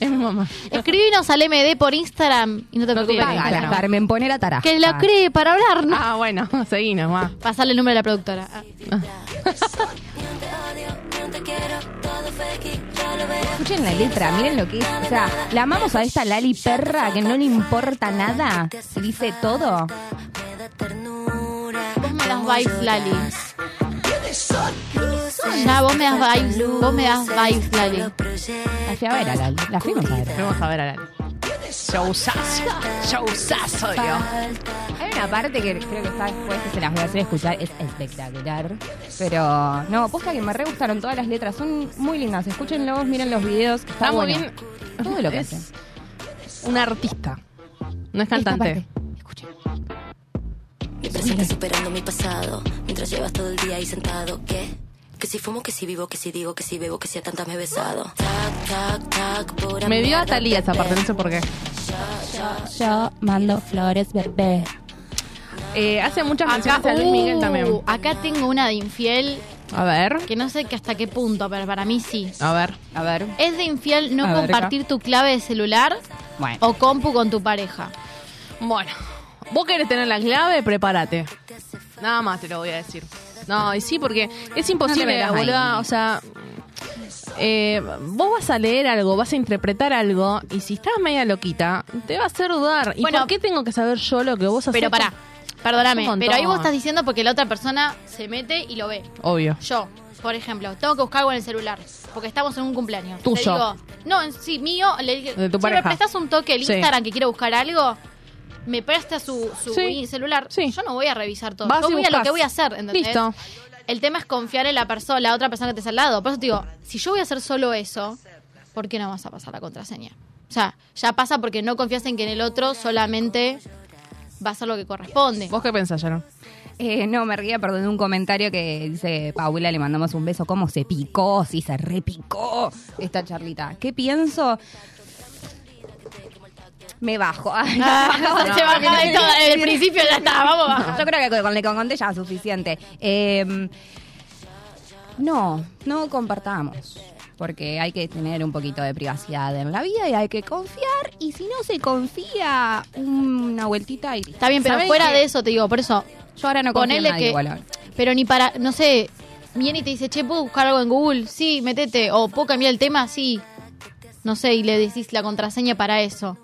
D: Es mi mamá.
G: Escribinos al MD por Instagram y no te
D: No
G: preocupes.
D: tiene
F: Págala,
D: Instagram.
F: Carmen, poné la taraja.
G: Que lo cree para hablar, ¿no?
D: Ah, bueno, seguimos, va.
G: Pasarle el número de la productora. Ah.
F: Escuchen la letra, miren lo que es. O sea, la amamos a esta Lali perra que no le importa nada. y Dice todo.
G: Ah, Vos me das vibes, Lali. Ya, vos me das vibes. Vos me das vibes, Lali.
F: La fui a ver a Lali. La fuimos a ver.
D: Vamos a ver a Lali. Showzazo. Showzazo, yo.
F: Hay una parte que creo que está después que se las voy a hacer escuchar. Es espectacular. Pero no, posta que me re gustaron todas las letras. Son muy lindas. Escúchenlos, miren los videos. Está,
D: Está muy
F: bueno.
D: bien.
F: Todo lo que
D: Es
F: hace.
D: Un artista. No es cantante.
M: Mi presente superando mi pasado. Mientras llevas todo el día ahí sentado. ¿Qué? Que si fumo, que si vivo, que si digo, que si bebo, que si a tantas me he besado. Tac, tac, tac, pura
D: Me dio a
M: mierda,
D: Talía esa
M: bebé.
D: parte, no sé por qué.
B: yo mando flores, bebé.
D: Eh, hace muchas
G: Acá,
D: menciones a Luis Miguel
G: uh,
D: también.
G: acá tengo una de infiel
D: A ver.
G: que no sé que hasta qué punto, pero para mí sí.
D: A ver.
F: A ver.
G: Es de infiel no
F: A ver, acá.
G: compartir tu clave de celular
F: Bueno.
G: o compu con tu pareja.
D: Bueno, vos querés tener la clave, prepárate. Nada más te lo voy a decir. No, y sí, porque es imposible,
F: metas ahí.
D: boluda. O sea, eh, vos vas a leer algo, vas a interpretar algo, y si estás media loquita, te va a hacer dudar. ¿Y
G: Bueno,
D: por qué tengo que saber yo lo que vos haces?
G: Pero pará, perdóname,
D: Es un montón.
G: pero ahí vos estás diciendo porque la otra persona se mete y lo ve.
D: Obvio.
G: Yo, por ejemplo, tengo que buscar algo en el celular porque estamos en un cumpleaños.
D: Tuyo.
G: Le digo, no, en- sí, mío. Le dije,
D: De tu
G: "Che,
D: pareja".
G: ¿me prestas un toque el
D: Sí.
G: Instagram que quiero buscar algo? Me presta su, su
D: Sí.
G: celular.
D: Sí.
G: Yo no voy a revisar todo.
D: Vas
G: Yo
D: y
G: voy a lo
D: buscas.
G: que voy a hacer, ¿entendés?
D: Listo.
G: El tema es confiar en la persona, la otra persona que te está al lado. Por eso te digo, si yo voy a hacer solo eso, ¿por qué no vas a pasar la contraseña? O sea, ya pasa porque no confías en que en el otro solamente va a hacer lo que corresponde.
D: ¿Vos qué pensás, Sharon?
F: Eh, no, me ría, perdón, de un comentario que dice Paula, le mandamos un beso. ¿Cómo se picó? Sí, se repicó esta charlita. ¿Qué pienso? Me bajo. Ay,
G: Ah, se bajaba de todo, desde el principio ya está, vamos a
F: Yo creo que con lo que conté ya es suficiente. Eh, no, no compartamos. Porque hay que tener un poquito de privacidad en la vida y hay que confiar. Y si no se confía, una vueltita y.
G: Está bien, pero
F: ¿Saben
G: fuera
F: qué?
G: de eso te digo, por eso,
F: Yo ahora no confío en
G: ponele
F: nadie
G: que.
F: igual ahora.
G: Pero ni para, no sé, viene y te dice, che, ¿puedo buscar algo en Google? Sí, metete. O ¿puedo cambiar el tema? Sí. No sé, y le decís la contraseña para eso.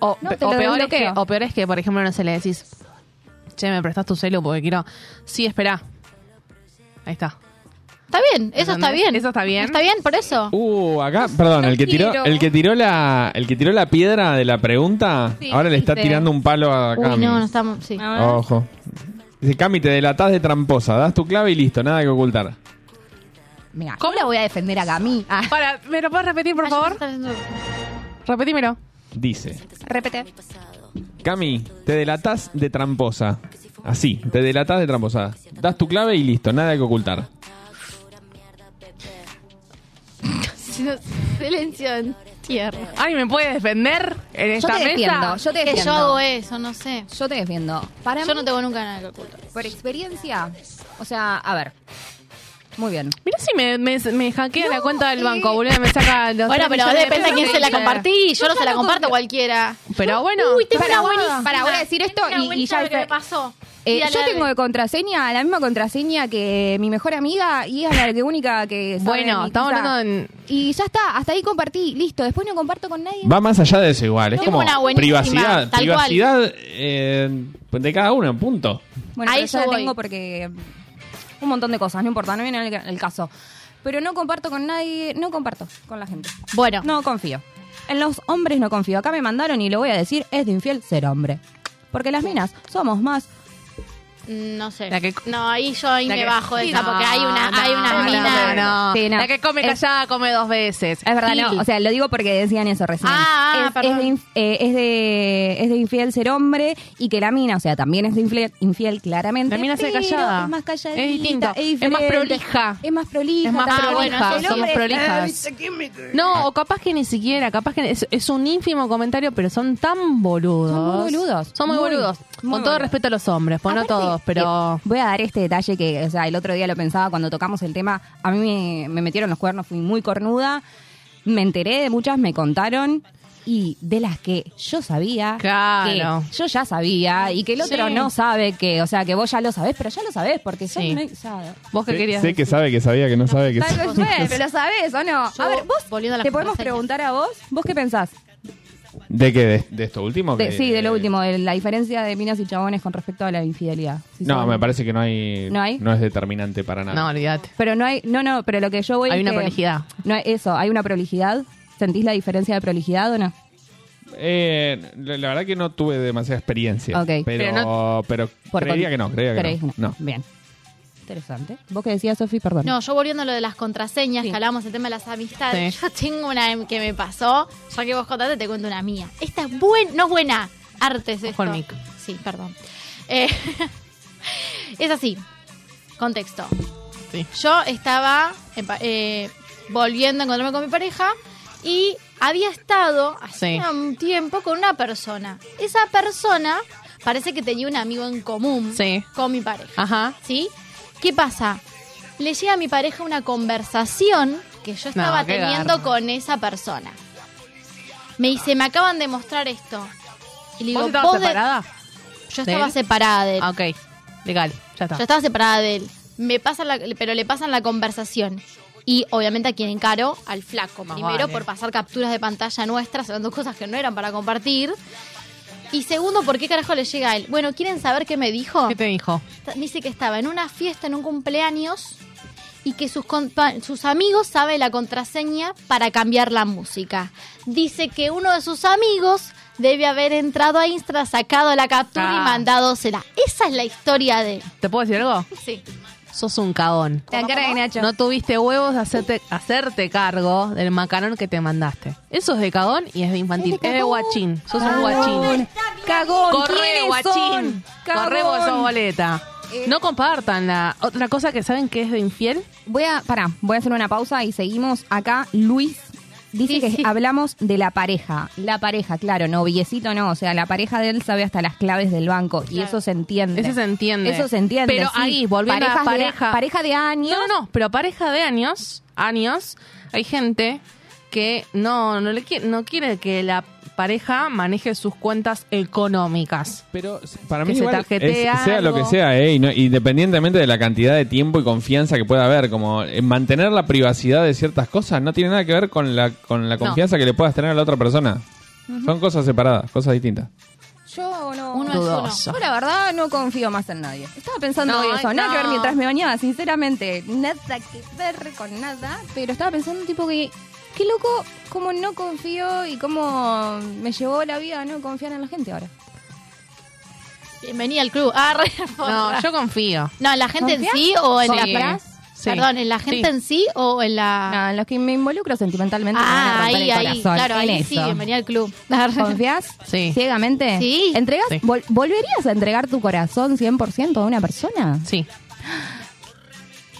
D: O,
F: No,
D: pe-
F: te
D: o
F: lo
D: peor es que,
F: desbloqueo.
D: o peor es que, por ejemplo, no se le decís, che, me prestás tu celu porque quiero. Sí, esperá. Ahí está.
G: Está bien, eso está
D: ¿Entendés?
G: bien.
D: Eso está bien.
G: Está bien, por eso.
H: Uh, acá, perdón, el que tiró, el que tiró la, el que tiró la piedra de la pregunta,
F: Sí,
H: ahora le está
F: sí.
H: tirando un palo a
G: Uy,
H: Cami.
G: no, no estamos. Sí.
H: Ojo. Dice, Cami, te delatás de tramposa, das tu clave y listo, nada que ocultar.
F: Mira, ¿cómo la voy a defender a Gami? Ah,
D: Para, ¿me lo puedes repetir, por
G: Ah, yo
D: favor?
G: estaba haciendo-
D: Repetímelo.
H: Dice,
F: repete.
H: Cami, te delatás de tramposa, Así, te delatás de tramposada. Das tu clave y listo, nada que ocultar.
G: Silencio en tierra.
D: ¿Alguien me puede defender en
G: Yo
D: esta
G: te
D: mesa?
G: defiendo,
F: yo te
G: Que
F: defiendo.
G: yo hago eso, no sé.
F: Yo te defiendo. Para
G: yo
F: mí-
G: no tengo nunca nada que ocultar.
F: Por experiencia, o sea, a ver. Muy bien.
D: Mirá si me, me, me hackea la cuenta del banco, boludo, me saca los
G: Bueno,
D: tres
G: pero
D: millones de
G: depende a
D: pesos
G: quién se la
D: que-
G: compartí. Yo no se la comparto a cualquiera.
D: Pero bueno,
G: Uy, tengo
F: Para,
G: una buenísima.
F: para, voy a decir esto
G: Tengo una
F: y- y
G: vuelta
F: ya
G: de lo que
F: sé.
G: me pasó.
F: Eh,
G: Sí, dale,
F: yo
G: dale.
F: tengo de contraseña la misma contraseña que mi mejor amiga y es la que única que sabe
D: Bueno,
F: mi
D: estamos
F: casa.
D: hablando en-
F: Y ya está, hasta ahí compartí, listo. Después no comparto con nadie.
H: Va más allá de eso igual, es
F: Tengo
H: como
F: una buenísima,
H: privacidad,
F: tal cual.
H: privacidad eh, de cada uno, punto.
F: Bueno,
G: A
F: pero
G: eso
F: yo la
G: voy.
F: tengo porque un montón de cosas, no importa, no viene el, el caso. Pero no comparto con nadie, no comparto con la gente.
G: Bueno.
F: No confío. En los hombres no confío. Acá me mandaron y lo voy a decir, es de infiel ser hombre. Porque las minas somos más.
G: No sé.
F: La que-
G: no, ahí yo ahí
D: La
G: me
D: que-
G: bajo de
D: Sí,
G: esa
D: no,
G: porque hay una, hay
D: no,
G: una
D: no,
G: mina.
D: no, no.
F: Sí, no.
D: La que come
F: Es-
D: callada come dos veces.
F: Es verdad, no.
D: Gil.
F: O sea, lo digo porque decían eso recién.
G: Ah, ah,
F: es,
G: perdón.
F: es de, inf- eh, es, de, es de infiel ser hombre y que la mina, o sea, también es de infle- infiel, claramente.
D: La mina se
F: pero
D: callada.
F: Es más calladita.
D: Es distinto.
F: diferente,
D: Es más prolija.
F: Es más prolija.
D: Es más
F: también.
D: prolija,
F: El
D: somos
F: hombre- eh,
D: prolijas. No, o capaz que ni siquiera, capaz que es, es un ínfimo comentario, pero son tan boludos.
F: Son muy boludos.
D: Son muy,
F: Muy,
D: boludos.
F: muy
D: Con todo
F: boludos.
D: respeto a los hombres, pues no
F: Aparte,
D: todos, pero...
F: eh, voy a dar este detalle que, o sea, el otro día lo pensaba cuando tocamos el tema. A mí me, me metieron los cuernos, fui muy cornuda. Me enteré de muchas, me contaron. Y de las que yo sabía,
D: Claro.
F: que yo ya sabía, y que el otro
D: Sí.
F: no sabe que, o sea, que vos ya lo sabés, pero ya lo sabés, porque sos
D: Sí.
F: una- o sea,
D: ¿Vos qué querías
H: Sé que sabe que sabía que no sabe que
F: tal vez fue, pero lo sabés o no.
G: Yo,
F: a ver, vos,
G: volviendo a las
F: te podemos
G: contraseñas.
F: preguntar a vos, ¿vos qué pensás?
H: ¿De qué? ¿De, de esto último?
F: De-
H: Que-
F: sí, de lo último, de la diferencia de minas y chabones con respecto a la infidelidad. Si
H: No,
F: son-
H: me parece que no hay,
F: ¿No hay?
H: es determinante para nada.
D: No, olvídate.
F: Pero no hay, no, no, pero lo que yo voy eh,
D: Hay
F: es
D: una
F: que-
D: prolijidad.
F: No, eso, hay una prolijidad. ¿Sentís la diferencia de prolijidad o no?
H: Eh, la, la verdad que no tuve demasiada experiencia.
F: Ok.
H: Pero,
F: Pero
H: pero,
F: no-
H: creería
F: con-
H: que no, creería que
F: creéis
H: no. No.
F: Bien. Interesante. ¿Vos qué decías, Sofi? Perdón.
G: No, yo volviendo a lo de las contraseñas, que hablábamos del tema de las amistades.
F: Sí.
G: Yo tengo una que me pasó, ya que vos contaste, te cuento una mía. Esta es buena, no es buena. Arte es esto.
D: el mic.
G: Sí, perdón. Eh, es así. Contexto.
D: Sí.
G: Yo estaba en pa- eh, volviendo a encontrarme con mi pareja y había estado hace
D: Sí.
G: un tiempo con una persona. Esa persona parece que tenía un amigo en común
D: Sí.
G: con mi pareja.
D: Ajá.
G: ¿Sí? ¿Qué pasa? Le llega a mi pareja una conversación que yo estaba
D: qué
G: teniendo
D: garra.
G: con esa persona. Me dice, me acaban de mostrar esto. Y le digo,
D: ¿Vos estabas
G: "Vos de-
D: separada?
G: Yo
D: de
G: estaba
D: él?
G: separada de él.
D: Ah, ok. Legal, ya está.
G: Yo estaba separada de él. Me pasa la- pero le pasan la conversación. Y obviamente a quien encaro, al flaco.
D: Más
G: Primero
D: vale.
G: por pasar capturas de pantalla nuestras, hablando cosas que no eran para compartir. Y segundo, ¿por qué carajo le llega a él? Bueno, ¿quieren saber qué me dijo?
D: ¿Qué te dijo?
G: Ta- dice que estaba en una fiesta, en un cumpleaños, y que sus, compa- sus amigos saben la contraseña para cambiar la música. Dice que uno de sus amigos debe haber entrado a Insta, sacado la captura
D: Ah.
G: y mandadosela. Esa es la historia de...
D: ¿Te puedo decir algo?
G: Sí.
D: Sos un cagón.
F: La cara de Nacho.
D: No tuviste huevos de hacerte, hacerte cargo del macarón que te mandaste. Eso es de cagón y es de
F: Es
D: infantil. Es
F: de
D: de,
F: cagón.
D: guachín. Sos un
F: Cagón.
D: guachín.
F: Cagón.
D: Corre,
F: ¿quiénes
D: guachín.
F: son?
D: Corre,
F: Cagón.
D: vos sos boleta.
F: Eh.
D: No compartan la otra cosa que saben que es de infiel.
F: Voy a, pará, voy a hacer una pausa y seguimos acá. Luis dice
G: Sí,
F: que
G: sí.
F: hablamos de la pareja. La pareja, claro, noviecito no. O sea, la pareja de él sabe hasta las claves del banco y
G: Claro.
F: eso se entiende.
D: Eso se entiende.
F: Eso se entiende.
D: Pero
F: sí.
D: ahí, volviendo a la
F: Parejas de-
D: pareja.
F: pareja de años.
D: No, no, no, pero pareja de años, años, hay gente que no, no, le qui- no quiere que la pareja maneje sus cuentas económicas.
H: Pero para
D: Que
H: mí
D: se
H: igual
D: tarjetea
H: es- sea lo que
D: algo.
H: sea, eh, y no- independientemente de la cantidad de tiempo y confianza que pueda haber, como eh, mantener la privacidad de ciertas cosas no tiene nada que ver con la con la confianza que le puedas tener a la otra persona. Son cosas separadas, cosas distintas.
F: Yo no.
G: Uno es
D: Dudoso.
G: uno.
F: Yo la verdad no confío más en nadie. Estaba pensando
D: No,
F: hoy eso,
D: ay,
F: nada que
D: no.
F: ver mientras me bañaba, sinceramente, nada que ver con nada, pero estaba pensando tipo que qué loco cómo no confío y cómo me llevó la vida a no confiar en la gente ahora.
G: Bienvenida al club. Ah, re-
D: No, yo confío.
G: No, la gente en
F: ¿Confías?
G: sí o en
D: Sí.
G: la
D: Sí, Sí.
G: Perdón, ¿en la gente en sí o en la...?
F: No, en los que me involucro sentimentalmente.
G: Ah,
F: me van a
G: ahí,
F: romper el
G: ahí,
F: corazón,
G: claro,
F: en
G: ahí
F: eso.
G: sí, bienvenida al club.
F: ¿Confías? Sí. ¿Ciegamente?
G: Sí.
F: ¿Entregas?
G: Sí.
F: vol- ¿Volverías a entregar tu corazón 100% a una persona?
D: Sí.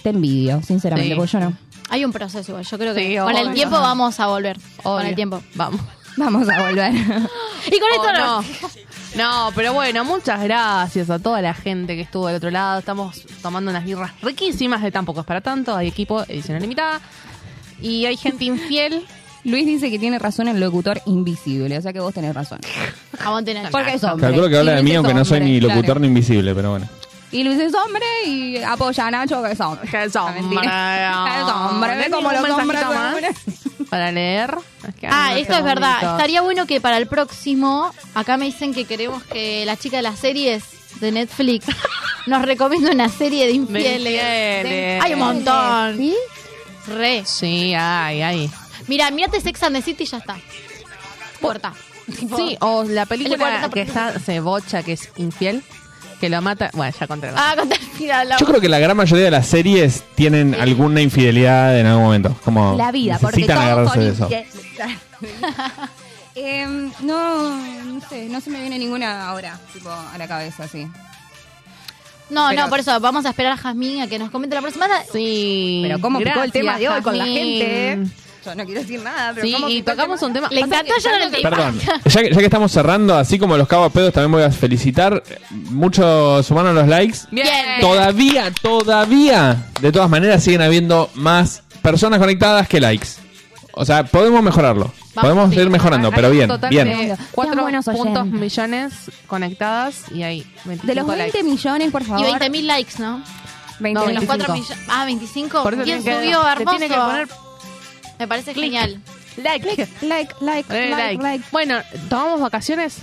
F: Te envidio, sinceramente,
G: Sí.
F: porque yo no.
G: Hay un proceso igual, yo creo que
F: Sí,
G: con el
F: obvio.
G: tiempo vamos a volver. Con
D: Obvio.
G: el tiempo.
D: Vamos.
F: Vamos a volver.
G: Y con esto Oh, no.
D: No, pero bueno, muchas gracias a toda la gente que estuvo del otro lado. Estamos tomando unas birras riquísimas de Tampoco es para tanto. Hay equipo, edición limitada. Y hay gente infiel.
F: Luis dice que tiene razón el locutor invisible, o sea que vos tenés razón. Porque es hombre.
H: Calculo que habla
F: Y
H: de
F: Luis
H: mí,
F: es
H: aunque no soy ni
F: hombre,
H: locutor
F: claro.
H: ni invisible, pero bueno.
F: Y Luis es hombre y apoya a Nacho, que es hombre. Que es hombre. Que es hombre. Ve
D: ¿Tenés
F: como
D: un
F: los hombres
D: mensajito
F: son
D: más
F: hombres.
D: para leer. que
G: Ah,
D: hay unos
G: esto es verdad.
D: segunditos.
G: Estaría bueno que para el próximo, acá me dicen que queremos que la chica de las series de Netflix nos recomiende una serie de infieles.
D: infieles.
G: Hay un montón.
D: ¿Sí?
G: Re.
D: Sí, ay, ay.
G: Mira, mirate Sex and the City y ya está. Puerta. Tipo,
D: Sí, o la
G: el cuarenta
D: película
G: por
D: que está se bocha, que es infiel, que lo mata. Bueno, ya conté.
G: Ah, contar, mira, la-
H: Yo creo que la gran mayoría de las series tienen alguna infidelidad en algún momento. Como
F: La vida, porque
H: necesitan
F: todos
H: agarrarse
F: son
H: de eso.
F: infieles. Em, no, no sé, no se me viene ninguna ahora, tipo, a la cabeza, sí.
G: No,
F: Pero-
G: no, por eso vamos a esperar a Jazmín a que nos comente la próxima semana.
D: Sí.
F: Pero cómo picó el
D: Gracias,
F: tema de hoy con la
D: Jazmín.
F: gente. eh? Yo no quiero decir nada, pero
D: Sí,
F: cómo
D: y
F: picó el
D: tocamos
F: tema.
D: un tema.
G: Le
D: Pasa
G: encantó
D: que-
G: llorar el tema.
H: Perdón, ya que, ya que estamos cerrando, así como los cabos pedos, también voy a felicitar. Muchos sumaron los likes.
D: Bien.
H: Todavía, todavía, de todas maneras, siguen habiendo más personas conectadas que likes. O sea, podemos mejorarlo. podemos
D: sí.
H: ir mejorando,
D: Hay
H: pero bien,
D: total
H: bien.
D: de Cuatro
F: Sean buenos
D: puntos
F: oyentes.
D: millones conectadas y hay 25
F: De los 20
D: likes.
F: millones, por favor.
G: Y 20.000 likes, ¿no?
F: 20
D: no,
G: De los 4
F: 25.
G: millones. Ah, 25.
D: Por eso
G: ¿Quién
D: tiene que-
G: subió?
D: se
G: hermoso.
D: tiene que poner
G: Me parece
D: clic.
G: genial.
D: like.
F: Like, like,
D: Eh,
F: like, like,
D: like. Bueno, ¿tomamos vacaciones?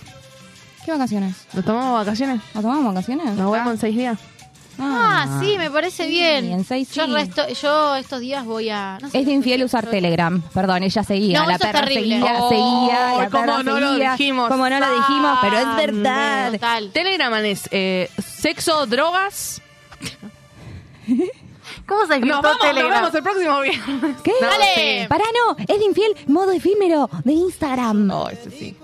F: ¿Qué vacaciones?
D: ¿Nos tomamos vacaciones?
F: ¿Nos tomamos vacaciones?
D: Nos vemos en seis días.
G: Ah, sí, me parece
F: Sí,
G: bien.
F: en seis
G: yo,
F: sí.
G: resto- yo estos días voy a. No sé.
F: Es de infiel usar Telegram. Perdón, ella seguía.
G: No,
F: la
G: eso es
F: perra
G: terrible.
F: seguía,
D: Oh,
F: seguía. La
D: ¿cómo
F: perra
D: no lo
F: seguía,
D: dijimos?
F: Como no lo dijimos, pero
G: Ah,
F: es verdad.
G: Total.
D: Telegram es eh, sexo, drogas.
G: ¿Cómo se escribió
D: Nos vamos, nos
G: Telegram?
D: vemos el próximo viernes.
F: ¿Qué?
D: No,
G: Dale.
D: sí.
F: Pará, no. Es de infiel modo efímero de Instagram.
D: No, ese sí.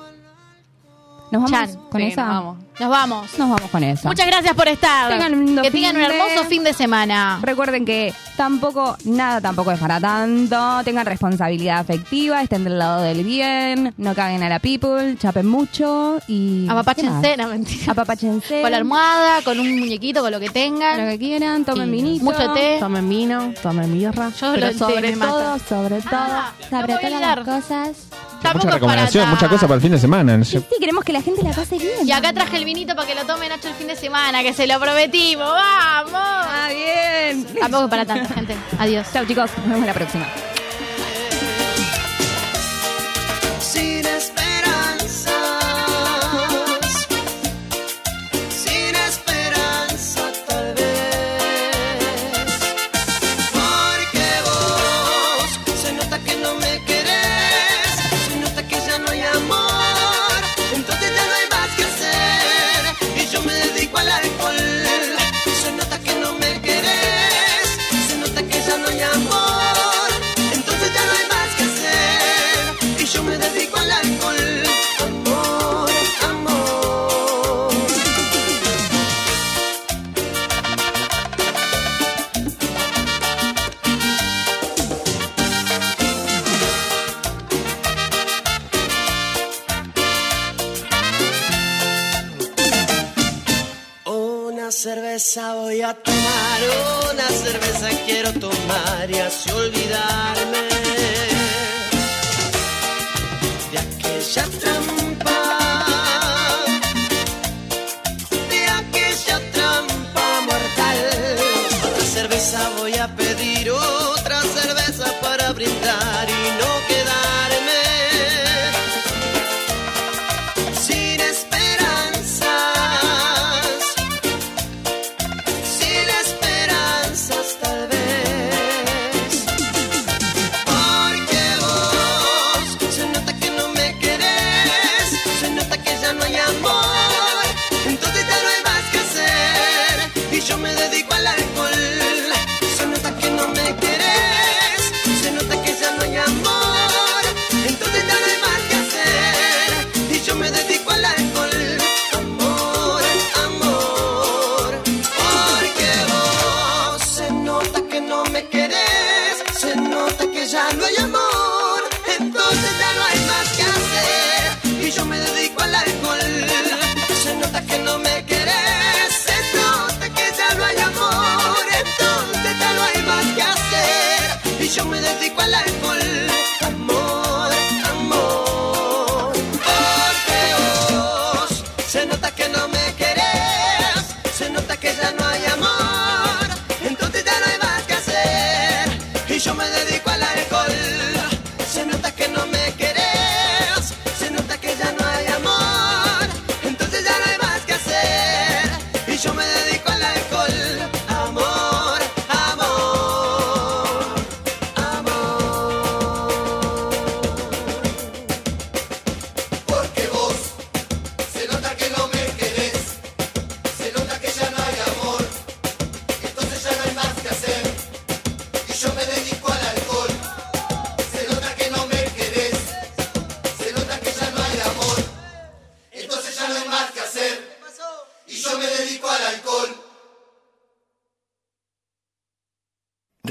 F: ¿Nos vamos
G: Chan.
F: con
D: Sí,
F: esa?
D: nos vamos.
G: Nos vamos.
F: Nos vamos con esa.
G: Muchas gracias por estar.
F: Tengan un lindo
G: que tengan un
F: fin de-
G: hermoso fin de semana.
F: Recuerden que tampoco, nada tampoco es para tanto. Tengan responsabilidad afectiva, estén del lado del bien, no caguen a la people, chapen mucho y.
G: Apapáchense,
F: ¿qué
G: no
F: más?
G: mentira.
F: Apapáchense.
G: Con la almohada, con un muñequito, con lo que tengan.
F: Lo que quieran, tomen
D: Y
F: vinito.
G: mucho té.
D: Tomen vino, tomen birra.
G: Yo
D: pero
G: lo- te-
D: sobre
G: me mata.
D: todo,
F: Sobre todo,
G: Ah, no
F: sobre
G: puedo
F: todas
G: bailar.
F: las cosas.
G: Tampoco
H: Mucha
G: es
H: recomendación,
G: para
H: mucha cosa para el fin de semana. no sé.
F: Sí, queremos que la gente la pase bien.
G: Y acá traje el vinito para que lo tome Nacho el fin de semana, que se lo prometimos. ¡Vamos!
F: Ah, bien.
G: Tampoco es para tanto, gente. Adiós.
F: Chao, chicos. Nos vemos la próxima.
J: Sin esperanzas, sin esperanza tal vez, porque vos se nota que no me querés, se nota que ya no hay amor, entonces ya no hay más que hacer, y yo me dedico al alcohol, se nota que no me querés, se nota que ya no hay amor, entonces ya no hay más que hacer, y yo me dedico al alcohol, amor, amor. Una cerveza voy a tomar, una cerveza quiero tomar y así olvidarme de aquella trampa, de aquella trampa mortal. Otra cerveza voy a pedir, otra cerveza para brindar y no quedarme sin esperanzas, sin esperanzas tal vez. Porque vos se nota que no me querés,